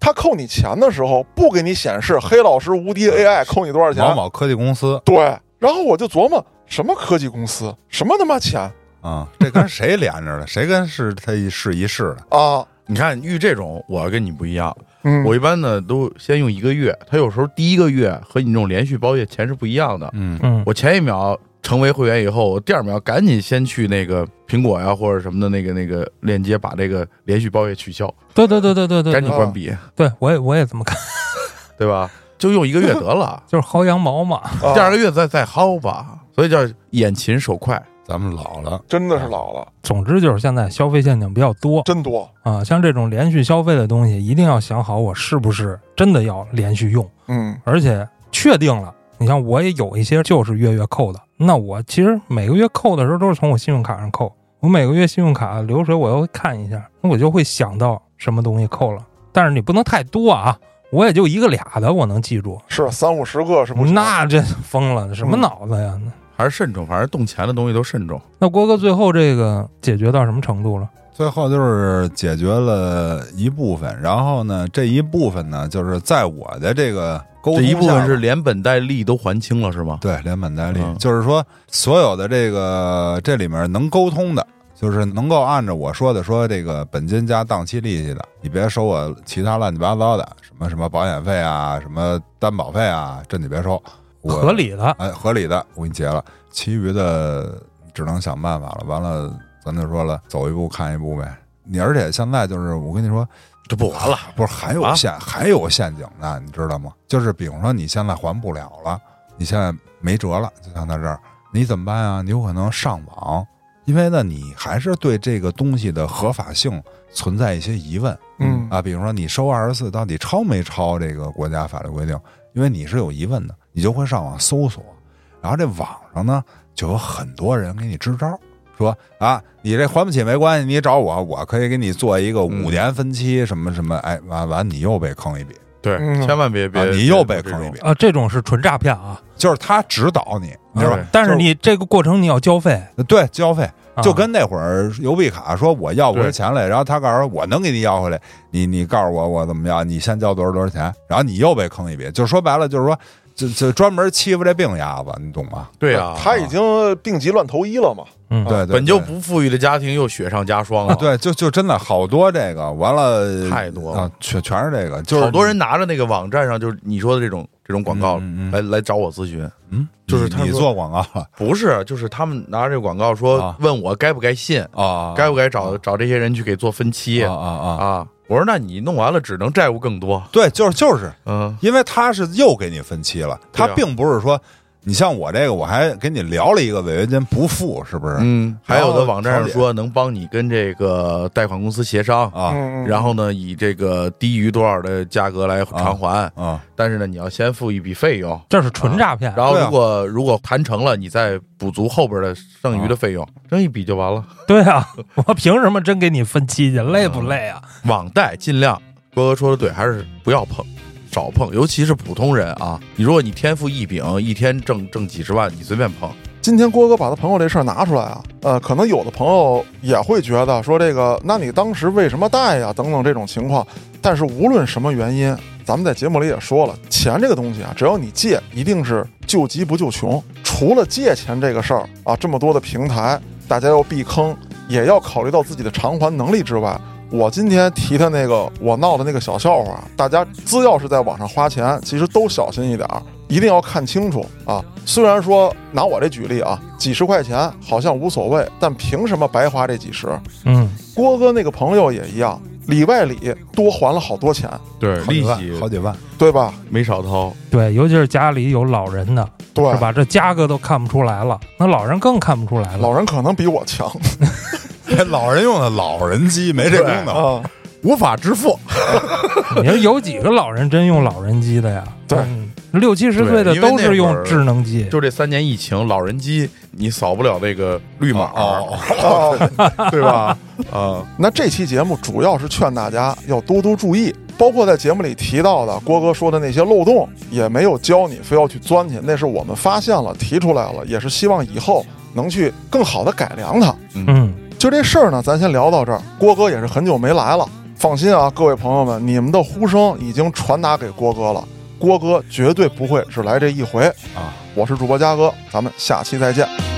S4: 它扣你钱的时候不给你显示黑老师无敌 AI 扣你多少
S2: 某
S4: 钱。
S2: 某科技公司
S4: 对，然后我就琢磨什么科技公司，什么他妈钱
S2: 啊，这跟谁连着的？谁跟是他一试一试的？
S4: 啊？
S1: 你看遇这种，我跟你不一样，
S4: 嗯，
S1: 我一般呢都先用一个月，他有时候第一个月和你这种连续包月钱是不一样的。
S2: 嗯，
S3: 嗯，
S1: 我前一秒成为会员以后，我第二秒赶紧先去那个苹果呀或者什么的那个那个链接，把这个连续包月取消，
S3: 对对对对对对
S1: 赶紧关闭，
S3: 对，我也我也这么看，，
S1: 对吧？就用一个月得了
S3: 就是薅羊毛嘛。
S2: 哦
S4: 啊
S1: 第二个月再再薅吧。所以叫眼勤手快，
S2: 咱们老了，
S4: 真的是老了，
S3: 总之就是现在消费陷阱比较多
S4: 真多。
S3: 啊，像这种连续消费的东西，一定要想好我是不是真的要连续用，
S4: 嗯，
S3: 而且确定了。你像我也有一些就是月月扣的，那我其实每个月扣的时候都是从我信用卡上扣，我每个月信用卡流水我又会看一下，那我就会想到什么东西扣了，但是你不能太多啊，我也就一个俩的我能记住，
S4: 是三五十个是不是？
S3: 那这疯了，什
S2: 嗯
S3: 么脑子呀？
S1: 还是慎重，反正动钱的东西都慎重。
S3: 那郭哥最后这个解决到什么程度了？
S2: 最后就是解决了一部分，然后呢，这一部分呢，就是在我的这个沟
S1: 这
S2: 通
S1: 一部分
S2: 下
S1: 是连本带利都还清了是吗？
S2: 对，连本带利，
S1: 嗯
S2: 就是说所有的这个这里面能沟通的，就是能够按照我说的说这个本金加档期利息的，你别收我其他乱七八糟的，什么什么保险费啊，什么担保费啊，这你别收，我
S3: 合，理的，
S2: 哎，合理的，我给你结了，其余的只能想办法了。完了，咱就说了，走一步看一步呗。你而且现在就是我跟你说，
S1: 这不完了，
S2: 不是还有
S1: 啊
S2: 陷、还有陷阱呢，你知道吗？就是比如说你现在还不了了，你现在没辙了，就像在这儿，你怎么办啊？你有可能上网，因为呢，你还是对这个东西的合法性存在一些疑问。
S4: 嗯
S2: 啊，比如说你收二十四到底超没超这个国家法律规定，因为你是有疑问的，你就会上网搜索，然后这网上呢就有很多人给你支招。说啊，你这还不起没关系，你找我，我可以给你做一个
S1: 嗯
S2: 五年分期什么什么，哎，完完你又被坑一笔，
S1: 对，
S4: 嗯
S1: 千万别别
S2: 啊，，你
S1: 别
S2: 又
S1: 做
S2: 被
S1: 这
S2: 坑一
S1: 种
S2: 笔，
S3: 啊，这种是纯诈骗啊，
S2: 就是他指导你，你知道吧？
S3: 但是你这个过程你要交费，
S2: 对，交费
S3: 啊
S2: 就跟那会儿邮币卡说我要不回
S1: 对
S2: 钱来，然后他告诉我我能给你要回来，你你告诉我我怎么样，你先交多少多少钱，然后你又被坑一笔，就说白了就是说，就就专门欺负这病丫子，你懂吗？
S1: 对啊，
S4: 他已经病急乱投医了嘛？
S3: 嗯
S2: 对，对
S1: 本就
S2: 对啊
S1: 不富裕的家庭又雪上加霜了，，啊
S2: 对，就就真的好多这个，完了
S1: 太多了
S2: 啊，全全是这个，就是
S1: 好多人拿着那个网站上就是你说的这种这种广告
S2: 嗯嗯嗯
S1: 来来找我咨询，
S2: 嗯，
S1: 就是
S2: 你
S1: 他
S2: 你
S1: 说
S2: 做广告了
S1: 不是，就是他们拿着这个广告说
S2: 啊
S1: 问我该不该信，
S2: 啊
S1: 该不该找找这些人去给做分期
S2: 啊啊啊，
S1: 啊？我说那你弄完了只能债务更多，
S2: 对，就是就是
S1: 嗯，
S2: 因为他是又给你分期了，
S1: 对啊
S2: 他并不是说你像我这个，我还跟你聊了一个违约金不付，是不是？
S1: 嗯，还有的网站上
S2: 然后
S1: 说能帮你跟这个贷款公司协商，
S2: 啊
S4: 嗯，嗯
S1: 然后呢以这个低于多少的价格来偿还，
S2: 啊，
S1: 但是呢你要先付一笔费用，
S3: 这是纯诈骗。
S1: 然后
S2: 对啊
S1: 如果、如果谈成了，你再补足后边的剩余的费用，挣一笔就完了。
S3: 对啊，我凭什么真给你分期去？累不累啊？
S1: 网贷尽量，郭哥说的对，还是不要碰，少碰，尤其是普通人啊。你如果你天赋异禀，一天挣挣几十万，你随便碰，
S4: 今天郭哥把他朋友这事儿拿出来啊，呃，可能有的朋友也会觉得说这个，那你当时为什么带呀？等等这种情况。但是无论什么原因，咱们在节目里也说了，钱这个东西啊，只要你借，一定是救急不救穷。除了借钱这个事儿啊，这么多的平台，大家要避坑，也要考虑到自己的偿还能力之外。我今天提的那个我闹的那个小笑话，大家只要是在网上花钱，其实都小心一点儿，一定要看清楚啊。虽然说拿我这举例啊，几十块钱好像无所谓，但凭什么白花这几十？
S3: 嗯，
S4: 郭哥那个朋友也一样，里外里多还了好多钱，
S1: 对
S2: 好
S1: 利
S2: 几万
S1: 息
S2: 好几万，
S4: 对吧？
S1: 没少掏。
S3: 对，尤其是家里有老人的，
S4: 对
S3: 是吧？这家哥都看不出来了，那老人更看不出来了。
S4: 老人可能比我强
S2: 老人用的老人机没这功能，
S4: 啊，
S2: 无法支付。
S3: 你说有几个老人真用老人机的呀？
S4: 对
S3: 嗯，六七十岁的
S1: 对因为那
S3: 都
S1: 会
S3: 是
S1: 儿
S3: 用智能机。
S1: 就这三年疫情，老人机你扫不了那个绿码，
S2: 哦
S4: 啊
S1: 对吧？啊，
S4: 那这期节目主要是劝大家要多多注意，包括在节目里提到的郭哥说的那些漏洞，也没有教你非要去钻去，那是我们发现了提出来了，也是希望以后能去更好的改良它。
S3: 嗯，
S4: 就这事儿呢，咱先聊到这儿。郭哥也是很久没来了，放心啊，各位朋友们，你们的呼声已经传达给郭哥了，郭哥绝对不会只来这一回
S2: 啊！
S4: 我是主播嘉哥，咱们下期再见。